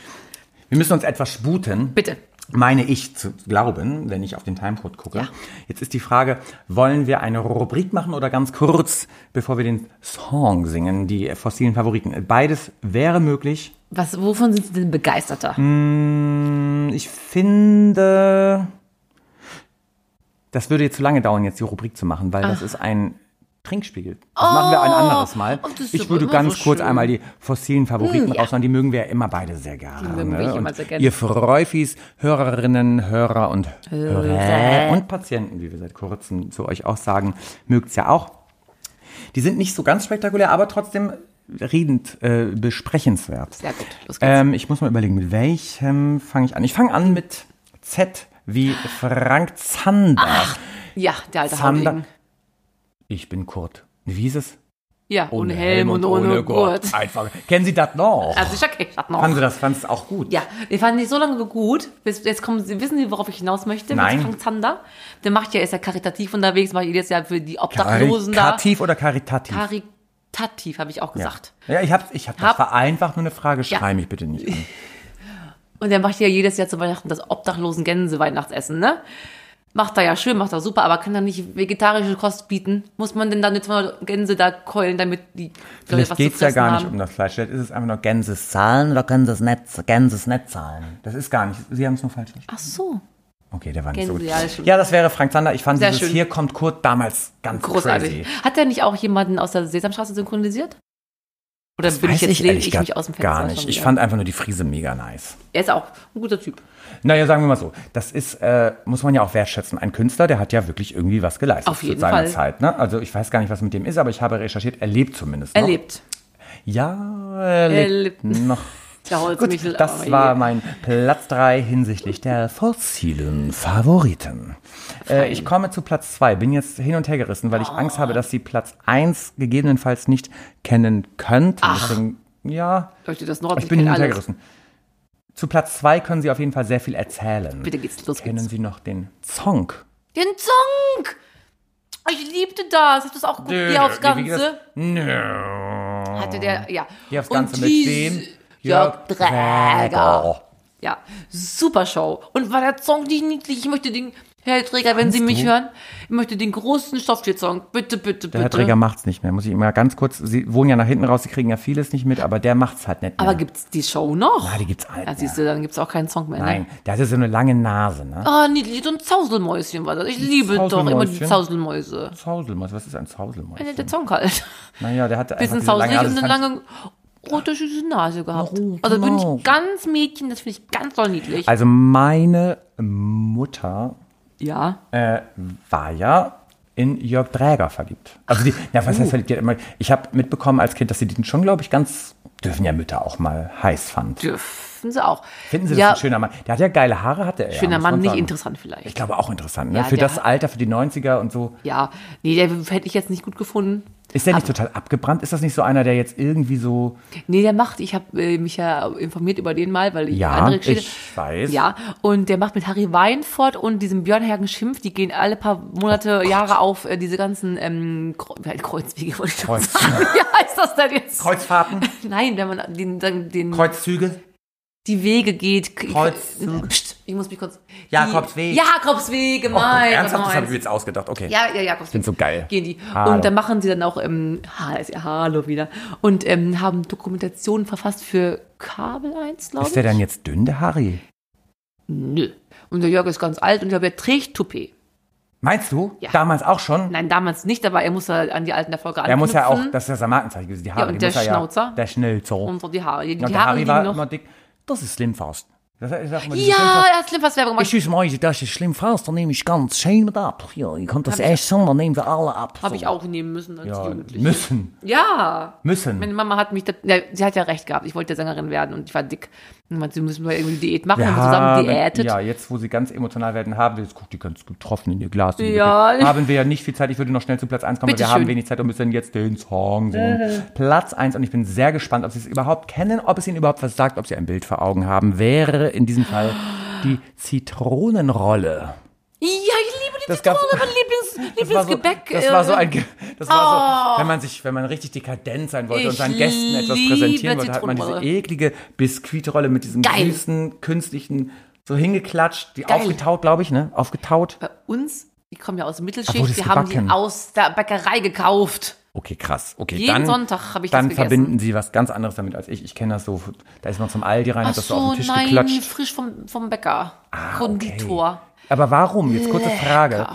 A: Wir müssen uns etwas sputen.
B: Bitte.
A: Meine ich zu glauben, wenn ich auf den Timecode gucke.
B: Ja.
A: Jetzt ist die Frage, wollen wir eine Rubrik machen oder ganz kurz, bevor wir den Song singen, die fossilen Favoriten. Beides wäre möglich.
B: Was, wovon sind Sie denn begeisterter?
A: Hm. Ähm, Ich finde, das würde jetzt zu lange dauern, jetzt die Rubrik zu machen, weil das ist ein Trinkspiegel. Das machen wir ein anderes Mal.
B: Ah. oh, das ist
A: ich
B: aber
A: würde
B: immer
A: ganz
B: so
A: kurz
B: schön.
A: einmal die fossilen Favoriten
B: Mm, ja.
A: raushauen. Die mögen wir ja immer beide sehr gerne.
B: Die mögen wir
A: ne?
B: immer
A: Und
B: sehr gerne.
A: Ihr Freufis, Hörerinnen, Hörer und Hörer
B: Hörer.
A: und Patienten, wie wir seit kurzem zu euch auch sagen, mögt's ja auch. Die sind nicht so ganz spektakulär, aber trotzdem redend, äh, besprechenswert.
B: Sehr gut, los geht's.
A: Ähm, ich muss mal überlegen, mit welchem fange ich an? Ich fange an mit Z wie Frank Zander.
B: Ja, der alte
A: Zander.
B: Haudegen.
A: Ich bin Kurt. Wie hieß es?
B: Ja, ohne, Helm und ohne, Gurt.
A: Einfach. Kennen Sie das noch?
B: Also ich okay, ich hab noch.
A: Fanden Sie das fand's auch gut?
B: Ja, wir fanden die so lange gut. Bis, jetzt kommen Sie, wissen Sie, worauf ich hinaus möchte?
A: Nein.
B: Mit Frank Zander. Der macht ja, ist ja karitativ unterwegs, macht jedes Jahr für die Obdachlosen da.
A: Karitativ oder karitativ?
B: Karitativ, habe ich auch
A: ja.
B: gesagt.
A: ja, ich hab, ich hab, das
B: Hab-
A: vereinfacht nur eine Frage. Schrei
B: Ja.
A: mich bitte nicht um. an.
B: Und der macht ja jedes Jahr zu Weihnachten das obdachlosen Gänse-Weihnachtsessen, ne? Macht er ja schön, macht er super, aber kann er nicht vegetarische Kost bieten? Muss man denn dann eine 200 Gänse da keulen, damit die Leute
A: Vielleicht
B: was zu
A: geht's ja
B: fressen
A: gar nicht
B: haben?
A: um das Fleisch. Vielleicht ist es einfach nur Gänses zahlen oder können Sie es nicht, Gänses nicht zahlen. Das ist gar nicht. Sie haben es nur falsch verstanden.
B: Ach so.
A: Okay, der war nicht
B: Kennen
A: so
B: Sie
A: gut.
B: ja schon.
A: Ja, das wäre Frank Zander. Ich fand
B: Sehr
A: dieses
B: schön.
A: Hier kommt Kurt damals ganz
B: Großartig.
A: crazy.
B: Hat er nicht auch jemanden aus der Sesamstraße synchronisiert? Oder bin
A: Weiß
B: ich jetzt lehne
A: ehrlich
B: ich
A: gesagt
B: mich aus dem Fenster?
A: gar
B: schon
A: nicht. Ich
B: wieder?
A: fand einfach nur die Frise mega nice.
B: er ist auch ein guter Typ.
A: Naja, sagen wir mal so, das ist, äh, muss man ja auch wertschätzen. Ein Künstler, der hat ja wirklich irgendwie was geleistet
B: Auf jeden
A: zu seiner
B: Fall.
A: Zeit. Ne? Also ich weiß gar nicht, was mit dem ist, aber ich habe recherchiert, er lebt zumindest
B: Er
A: noch.
B: lebt.
A: Ja, er
B: Er
A: lebt
B: lebt.
A: noch.
B: Der Holzmichel.
A: Gut, das
B: aber
A: war
B: oh, je.
A: mein Platz 3 hinsichtlich der fossilen Favoriten. Äh, ich komme zu Platz 2, bin jetzt hin und her gerissen, weil ich Angst
B: Ah.
A: habe, dass Sie Platz 1 gegebenenfalls nicht kennen könnten. Deswegen, ja,
B: Leute, das Nord,
A: ich bin hin und her
B: alles.
A: gerissen. Zu Platz 2 können Sie auf jeden Fall sehr viel erzählen.
B: Bitte geht's, los
A: Kennen
B: geht's.
A: Sie noch den Zonk?
B: Den Song! Ich liebte das. Hab das auch geguckt. Hier aufs
A: Wie geht das?
B: Ganze.
A: Nö.
B: Hatte der, ja.
A: Hier aufs
B: Und
A: Ganze mit
B: diese-
A: wem?
B: Jörg Dräger.
A: Dräger.
B: Ja, super Show. Und war der Song nicht niedlich? Ich möchte den, Herr Träger, wenn Sie mich
A: du?
B: hören, ich möchte den großen Stofftier-Song. Bitte, bitte, bitte.
A: Der Herr Träger macht's nicht mehr, muss ich immer ganz kurz. Sie wohnen ja nach hinten raus, Sie kriegen ja vieles nicht mit, aber der macht's halt nicht mehr.
B: Aber gibt's die Show noch?
A: ah, die gibt's halt.
B: Ja,
A: Ja,
B: siehst du, dann gibt's auch keinen Song mehr.
A: Nein,
B: Ne?
A: der hat ja so eine lange Nase, ne?
B: Ah, niedlich, so ein Zauselmäuschen war das. Ich liebe doch immer die
A: Zauselmäuschen?
B: Zauselmäuse.
A: Zauselmäus, was ist ein Zauselmäus?
B: Ja, Der Song halt.
A: Naja, der hatte einfach
B: Bisschen
A: diese lange
B: zauselig
A: Nase.
B: und
A: das
B: eine
A: fand
B: lange rote, süße Nase gehabt.
A: Warum?
B: Also bin
A: Genau.
B: ich ganz Mädchen, das finde ich ganz doll niedlich.
A: ich- Also meine Mutter
B: ja.
A: äh, war ja in Jörg Dräger verliebt. Also die, ja,
B: Oh.
A: was heißt verliebt? Die hat immer, ich habe mitbekommen als Kind, dass sie den schon, glaube ich, ganz dürfen ja Mütter auch mal heiß fand.
B: Dürfen sie auch.
A: Finden Sie das
B: ja,
A: ein schöner Mann? Der hat ja geile Haare, hatte er. ja,
B: Schöner
A: muss
B: Mann,
A: man
B: nicht
A: sagen.
B: interessant vielleicht.
A: Ich glaube auch interessant, ne?
B: Ja,
A: für
B: der
A: das
B: hat-
A: Alter, für die 90er und so.
B: Ja, nee, der hätte ich jetzt nicht gut gefunden.
A: Ist der nicht total abgebrannt? Ist das nicht so einer, der jetzt irgendwie so.
B: Nee, der macht, ich habe äh, mich ja informiert über den mal, weil ich
A: Ja,
B: andere Geschichte.
A: ich weiß.
B: Ja, und der macht mit Harry Weinfurt und diesem Björn Hergen Schimpf, die gehen alle paar
A: Oh
B: Monate, Jahre auf äh, diese ganzen ähm, Kreu Kreuzwege, wollte ich schon
A: Kreuz-
B: sagen. Wie heißt das denn jetzt?
A: Kreuzfahrten,
B: Nein, wenn man den, den, den
A: Kreuzzüge?
B: die Wege geht. k-
A: Kreuzzug.
B: Psst, Ich muss mich kurz.
A: Jakobsweg.
B: Die, Jakobsweg, gemein.
A: Oh, Ernsthaft, das
B: gemein.
A: habe ich mir jetzt ausgedacht. Okay.
B: Ja, ja, Jakobsweg.
A: Sind so geil.
B: Gehen die.
A: Hallo.
B: Und dann machen sie dann auch, ähm, ha, ist ja Hallo wieder. Und ähm, haben Dokumentationen verfasst für Kabel 1, glaube ich.
A: Ist der dann jetzt dünn, der Harry?
B: Nö. Und der Jörg ist ganz alt und ich glaube, er trägt Toupet.
A: Meinst du?
B: Ja.
A: Damals auch schon?
B: Nein, damals nicht, aber er muss ja an die alten Erfolge anknüpfen.
A: Er muss ja auch, das ist das Markenzeichen, die Haare.
B: und
A: die
B: der
A: muss er
B: Schnauzer.
A: Ja, der Schnellzer. Und,
B: Unter die Haare. Die, die
A: der
B: Haare
A: Harry war
B: liegen noch.
A: immer dick. Das ist Slimfast. Das, ich sag mal, diese
B: Ja,
A: Slimfast-
B: er hat Slimfast-Werbung
A: Ich
B: gemacht.
A: schieße mal, das ist Slimfast, dann nehme ich ganz schön mit ab. Ja, ihr könnt das echt schon, dann nehmen wir alle ab.
B: Habe ich
A: So.
B: auch nehmen müssen als
A: Ja,
B: Jugendliche.
A: müssen,
B: Ja. Meine
A: müssen.
B: Mama hat mich, da, ja, sie hat ja recht gehabt. Ich wollte ja Sängerin werden und ich war dick. Und meinte, sie müssen mal irgendwie Diät machen. haben wir zusammen diätet.
A: ja, jetzt wo sie ganz emotional werden, haben wir, jetzt guckt die ganz getroffen in ihr Glas. die
B: Ja.
A: Lippe. Haben wir ja nicht viel Zeit, ich würde noch schnell zu Platz 1 kommen,
B: Bitte
A: weil wir haben
B: schön.
A: wenig Zeit und müssen jetzt den Song
B: Äh.
A: singen. Platz 1 und ich bin sehr gespannt, ob sie es überhaupt kennen, ob es ihnen überhaupt was sagt, ob sie ein Bild vor Augen haben, wäre in diesem Fall die Zitronenrolle.
B: Ja, ich liebe die
A: Das
B: Zitrone,
A: gab-
B: mein Lieblings,
A: Das war so,
B: Lieblingsgebäck.
A: das war so
B: äh,
A: ein, Ge- das war so, wenn man sich, wenn man richtig dekadent sein wollte und
B: Oh. Ich
A: seinen Gästen etwas
B: liebe
A: präsentieren wollte, hat man diese
B: Zitronenrolle.
A: eklige Biskuitrolle mit diesem
B: Geil.
A: süßen, künstlichen, so hingeklatscht, die
B: Geil.
A: aufgetaut, glaube ich, ne? Aufgetaut.
B: Bei uns, die kommen ja aus
A: Ach,
B: der
A: wurde
B: Mittelschicht,
A: es
B: wir haben die
A: gebacken?
B: aus der Bäckerei gekauft.
A: Okay, krass. Okay,
B: Jeden
A: dann,
B: Sonntag habe ich das
A: Dann
B: gegessen.
A: verbinden sie was ganz anderes damit als ich. Ich kenne das so, da ist man zum Aldi rein,
B: Ach
A: hat das so auf
B: so,
A: den Tisch
B: nein,
A: geklatscht.
B: frisch vom, vom Bäcker.
A: Ah,
B: Konditor.
A: Okay. Aber warum? Jetzt kurze Frage.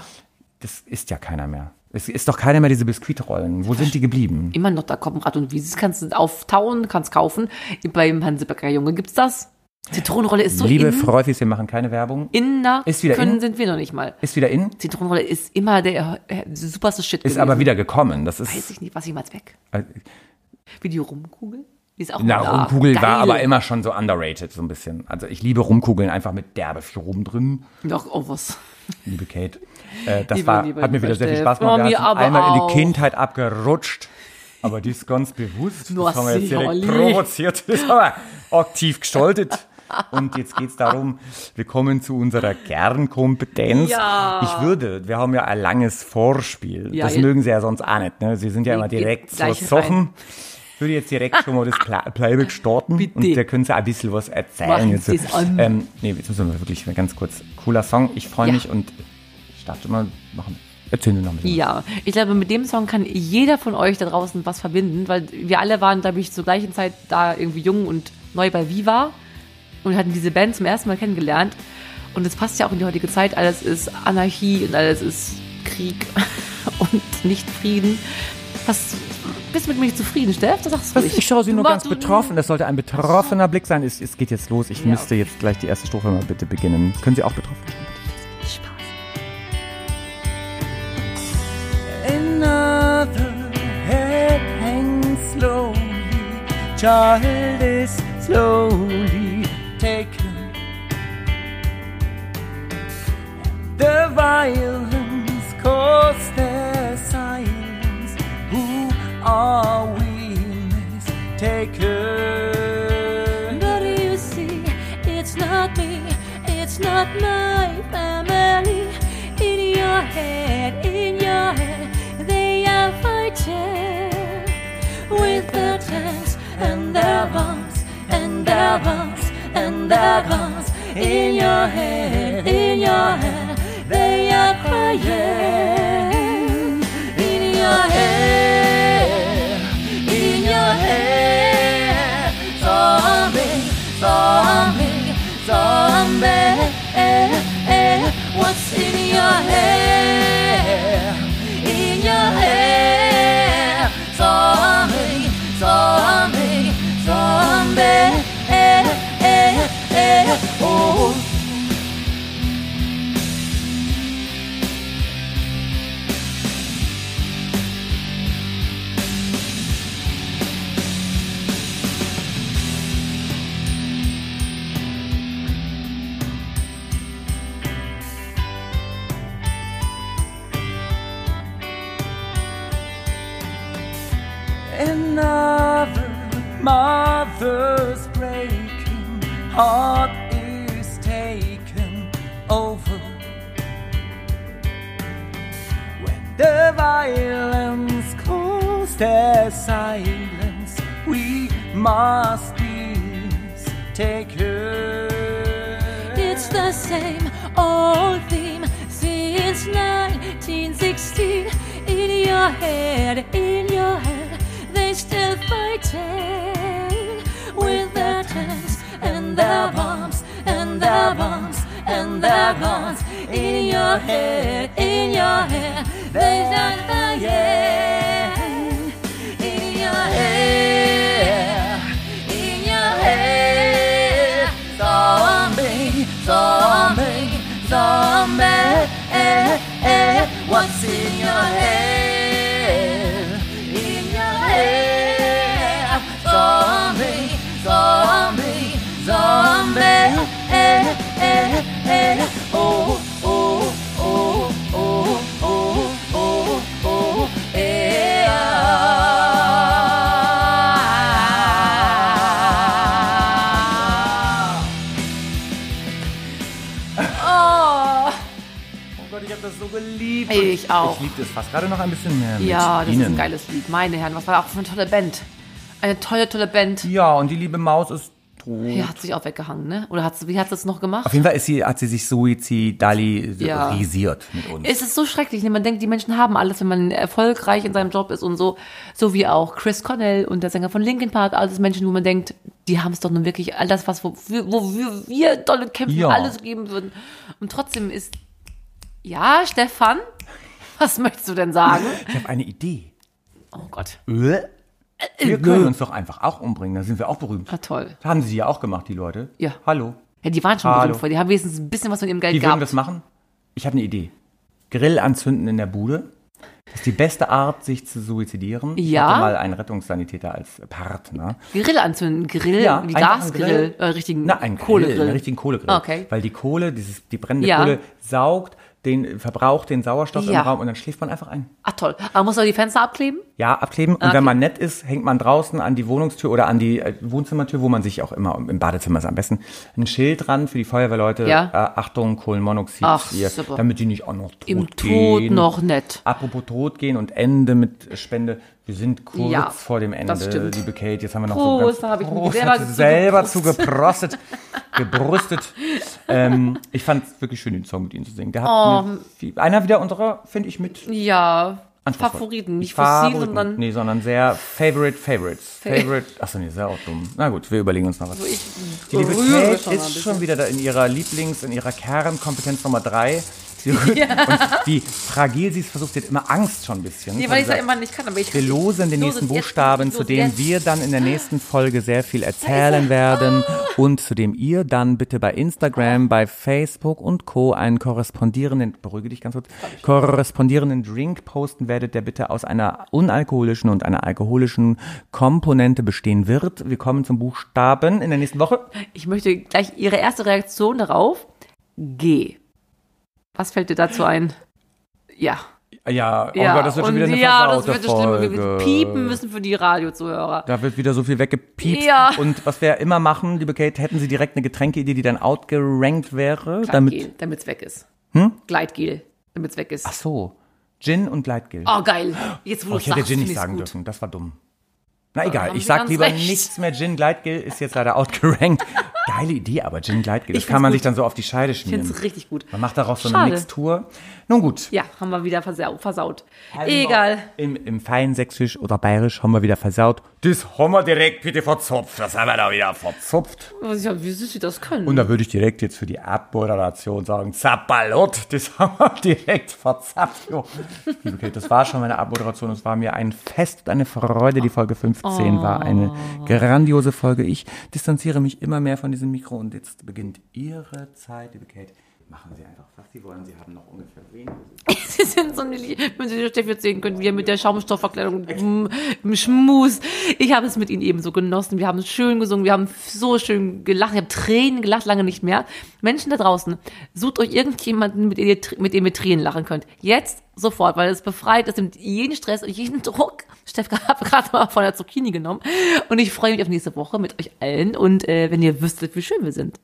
A: Das isst ja keiner mehr. Es ist doch keiner mehr diese Biskuitrollen. Wo sind die geblieben?
B: Immer noch da Koppenrad und Wieses kannst du auftauen, kannst kaufen. Beim Hansebäcker Junge gibt's das. Zitronenrolle ist so
A: Liebe
B: in,
A: Freufis, wir machen keine Werbung.
B: in na,
A: Ist wieder
B: können
A: in?
B: sind wir noch nicht mal.
A: Ist wieder in,
B: Zitronenrolle ist immer der äh, superste Shit
A: ist aber wieder gekommen. Das
B: Weiß
A: ist.
B: ich nicht, was jemals weg.
A: äh,
B: Wie die Rumkugel. Die ist auch
A: Na,
B: da.
A: Rumkugel
B: Oh, Geil.
A: war aber immer schon so underrated, so ein bisschen. Also ich liebe Rumkugeln einfach mit derbe viel Rum drin.
B: Doch, oh was.
A: Liebe Kate. Äh, das
B: Liebe,
A: war,
B: liebe,
A: hat mir
B: lieber
A: wieder sehr viel
B: Steff.
A: Spaß
B: Oh,
A: gemacht. Wir
B: mir
A: sind
B: aber
A: einmal in
B: auch.
A: die Kindheit abgerutscht. Aber die ist ganz bewusst.
B: Nur
A: das haben wir jetzt direkt
B: sicherlich.
A: provoziert. Das haben wir aktiv gestaltet. Und jetzt geht's darum, wir kommen zu unserer Kernkompetenz.
B: Ja.
A: Ich würde, wir haben ja ein langes Vorspiel.
B: Ja,
A: das
B: ja.
A: mögen Sie ja sonst auch nicht. Ne? Sie sind ja
B: Nee,
A: immer
B: geht
A: direkt zur
B: gleich rein.
A: Sachen. Ich würde jetzt direkt schon mal das Pla- Playback starten.
B: Bitte.
A: Und da können Sie ein bisschen was erzählen.
B: Machen
A: jetzt.
B: Sie's an.
A: Ähm, nee, jetzt müssen wir wirklich mal ganz kurz. Cooler Song, ich freue
B: Ja.
A: mich und ich dachte mal, machen, erzählen wir noch ein bisschen.
B: Ja, ich glaube, mit dem Song kann jeder von euch da draußen was verbinden, weil wir alle waren, glaube ich, zur gleichen Zeit da irgendwie jung und neu bei Viva und hatten diese Band zum ersten Mal kennengelernt. Und es passt ja auch in die heutige Zeit. Alles ist Anarchie und alles ist Krieg und nicht Frieden. Was, bist du mit mir nicht zufrieden, Steff? Das sagst du
A: Was,
B: nicht.
A: ich schaue sie nur
B: Du-
A: ganz
B: du-
A: betroffen. Das sollte ein betroffener Blick sein. Es, es geht jetzt los. Ich
B: Ja,
A: müsste jetzt gleich die erste Strophe mal bitte beginnen. Können Sie auch betroffen?
B: Spaß.
A: Another head hangs slowly. Child is slowly taken. The violence caused the silence. Who are we mistaken?
D: But you see, it's not me, it's not my family. In your head, in your head, they are fighting with their tanks and their bombs and their bombs and their bombs. In your head, in your head, they are crying. In your head, in your head, zombie, zombie, zombie. What's in your head? In your head, zombie, zombie, zombie. Oh.
E: Another mother's breaking heart is taken over. When the violence calls their silence, we must be taken.
D: It's the same old theme since 1916. In your head, in your head, they still fighting with their tanks and their bombs and their bombs and their bombs. In your head, in your head, they still fighting. In your head, in your head, zombie, zombie, zombie. Eh, eh, what's in your head? In your head, zombie, zombie, zombie. Eh, eh, eh, oh, oh, oh, oh, oh, oh, oh, eh, ah. Oh.
A: Oh Gott, ich habe das so geliebt.
B: Ich auch.
A: Ich liebe das fast gerade noch ein bisschen mehr. Mit
B: Ja, das
A: Ihnen.
B: ist ein geiles Lied. Meine Herren, was war auch für eine tolle Band. Eine tolle, tolle Band.
A: Ja, und die liebe Maus ist tot.
B: Ja, hat sich auch weggehangen, ne? Oder hat's, wie hat das noch gemacht?
A: Auf jeden Fall ist sie, hat sie sich suizidalisiert mit uns.
B: Es ist so schrecklich. ne? Man denkt, die Menschen haben alles, wenn man erfolgreich in seinem Job ist und so. So wie auch Chris Connell und der Sänger von Linkin Park. Alles Menschen, wo man denkt, die haben es doch nun wirklich, all das, was wofür, wofür wir dolle kämpfen,
A: Ja.
B: alles geben würden. Und trotzdem ist, ja, Stefan, was möchtest du denn sagen?
A: Ich habe eine Idee.
B: Oh Gott.
A: Wir
B: Äh,
A: können uns doch einfach auch umbringen, dann sind wir auch berühmt.
B: Ah, toll.
A: Das haben sie ja auch gemacht, die Leute.
B: Ja.
A: Hallo.
B: Ja, die waren schon
A: Hallo.
B: berühmt vorher. Die haben wenigstens ein bisschen was von ihrem Geld
A: Wie würden
B: gehabt.
A: wir das machen? Ich habe eine Idee. Grill anzünden in der Bude. Das ist die beste Art, sich zu suizidieren. Ich
B: Ja.
A: hatte mal einen Rettungssanitäter als Partner.
B: Grill anzünden, Grill,
A: Ja,
B: wie
A: einfach einen
B: Äh, Gasgrill,
A: Grill.
B: äh, richtigen
A: Na, ein Kohlegrill,
B: Kohlegrill.
A: Grill, einen richtigen Kohlegrill.
B: Okay.
A: Weil die Kohle, dieses, die brennende
B: Ja.
A: Kohle saugt, den, verbraucht den Sauerstoff
B: Ja.
A: im Raum und dann schläft man einfach ein.
B: Ach toll. Aber muss man die Fenster abkleben?
A: Ja, abkleben. Und wenn man nett ist, hängt man draußen an die Wohnungstür oder an die äh, Wohnzimmertür, wo man sich auch immer, im Badezimmer ist am besten, ein Schild dran für die Feuerwehrleute.
B: Ja.
A: Äh, Achtung, Kohlenmonoxid,
B: Ach,
A: hier,
B: super.
A: damit die nicht auch noch tot
B: Im
A: gehen.
B: Tod noch nett.
A: Apropos Tod gehen und Ende mit Spende. Wir sind kurz
B: Ja,
A: vor dem Ende,
B: das stimmt.
A: liebe Kate. Jetzt haben wir noch so
B: Prost,
A: ganz
B: da habe ich mich
A: Prost,
B: selber
A: hat sie selber
B: zugeprustet.
A: zugeprostet, gebrustet. ähm, ich fand es wirklich schön, den Song mit Ihnen zu singen. Der hat
B: Oh.
A: mir viel, einer wieder unserer, finde ich, mit
B: Ja,
A: anspruchsvoll.
B: Favoriten, nicht
A: Favoriten,
B: Fossil, sondern
A: nee, sondern sehr Favorite Favorites. Favorite. Achso, nee, sehr auch dumm. Na gut, wir überlegen uns noch was. Die liebe
B: rühre
A: Kate
B: Also schon mal ein
A: ist schon wieder da in ihrer Lieblings-, in ihrer Kernkompetenz Nummer drei. Sie rührt und wie fragil sie es versucht, sie hat immer Angst schon ein bisschen.
B: nee,
A: Von
B: weil ich es ja
A: dieser-
B: immer nicht kann, aber ich
A: wir losen den
B: Los,
A: nächsten
B: jetzt,
A: Buchstaben,
B: los,
A: zu dem
B: jetzt.
A: wir dann in der nächsten Folge sehr viel erzählen werden
B: Ah.
A: und zu dem ihr dann bitte bei Instagram, bei Facebook und Co. einen korrespondierenden, beruhige dich ganz kurz, korrespondierenden Drink posten werdet, der bitte aus einer unalkoholischen und einer alkoholischen Komponente bestehen wird. Wir kommen zum Buchstaben in der nächsten Woche.
B: ich möchte gleich Ihre erste Reaktion darauf. G. Was fällt dir dazu ein? Ja.
A: Ja, oh
B: ja.
A: Gott, das wird schon
B: und
A: wieder eine
B: ja, das
A: versaute
B: wird so schlimm. Wir
A: Folge.
B: piepen müssen für die Radiozuhörer.
A: Da wird wieder so viel weggepiept.
B: Ja.
A: Und was wir immer machen, liebe Kate, hätten Sie direkt eine Getränkeidee, die dann outgerankt wäre, damit.
B: damit es weg ist. Hm? Gleitgel, damit es weg ist.
A: Ach so. Gin und Leitgel.
B: Oh, geil. Jetzt, wo
A: Oh,
B: du
A: ich hätte
B: sagst,
A: Gin
B: finde
A: nicht
B: ich's
A: sagen
B: gut.
A: dürfen, das war dumm. Na egal,
B: haben
A: ich
B: Sie
A: sag
B: ganz
A: lieber
B: recht.
A: nichts mehr. Gin Gleitgel ist jetzt leider outgerankt. Geile Idee, aber Gin Gleitgel, das
B: Ich
A: kann man sich
B: find's
A: dann so auf die Scheide
B: Ich
A: schmieren.
B: finde es richtig gut.
A: Man macht daraus so eine
B: Schade.
A: Mixtur. Nun gut.
B: Ja, haben wir wieder versau versaut. Egal.
A: Im, Im feinen Sächsisch oder Bayerisch haben wir wieder versaut. Das haben wir direkt bitte verzopft. Das haben wir da wieder verzopft.
B: Was ich- Ja, wie süß sie das können.
A: Und da würde ich direkt jetzt für die Abmoderation sagen, Zappalot, das haben wir direkt verzapft. jo. Liebe Kate, das war schon meine Abmoderation. Es war mir ein Fest und eine Freude. Die Folge 15 war eine grandiose Folge. Ich distanziere mich immer mehr von diesem Mikro und jetzt beginnt Ihre Zeit, liebe Kate. Machen Sie einfach, was Sie wollen. Sie haben noch ungefähr wenig.
B: Sie sind so eine Lie- Wenn Sie den Steffi jetzt sehen könnten, wie er mit der Schaumstoffverkleidung mm, im Schmus. Ich habe es mit Ihnen eben so genossen. Wir haben es schön gesungen. Wir haben f- so schön gelacht. Ich habe Tränen gelacht, lange nicht mehr. Menschen da draußen, sucht euch irgendjemanden, mit dem ihr, tr- mit dem ihr Tränen lachen könnt. Jetzt, sofort, weil es befreit. Es nimmt jeden Stress und jeden Druck. Steff hat gerade mal von der Zucchini genommen. Und ich freue mich auf nächste Woche mit euch allen. Und äh, wenn ihr wüsstet, wie schön wir sind.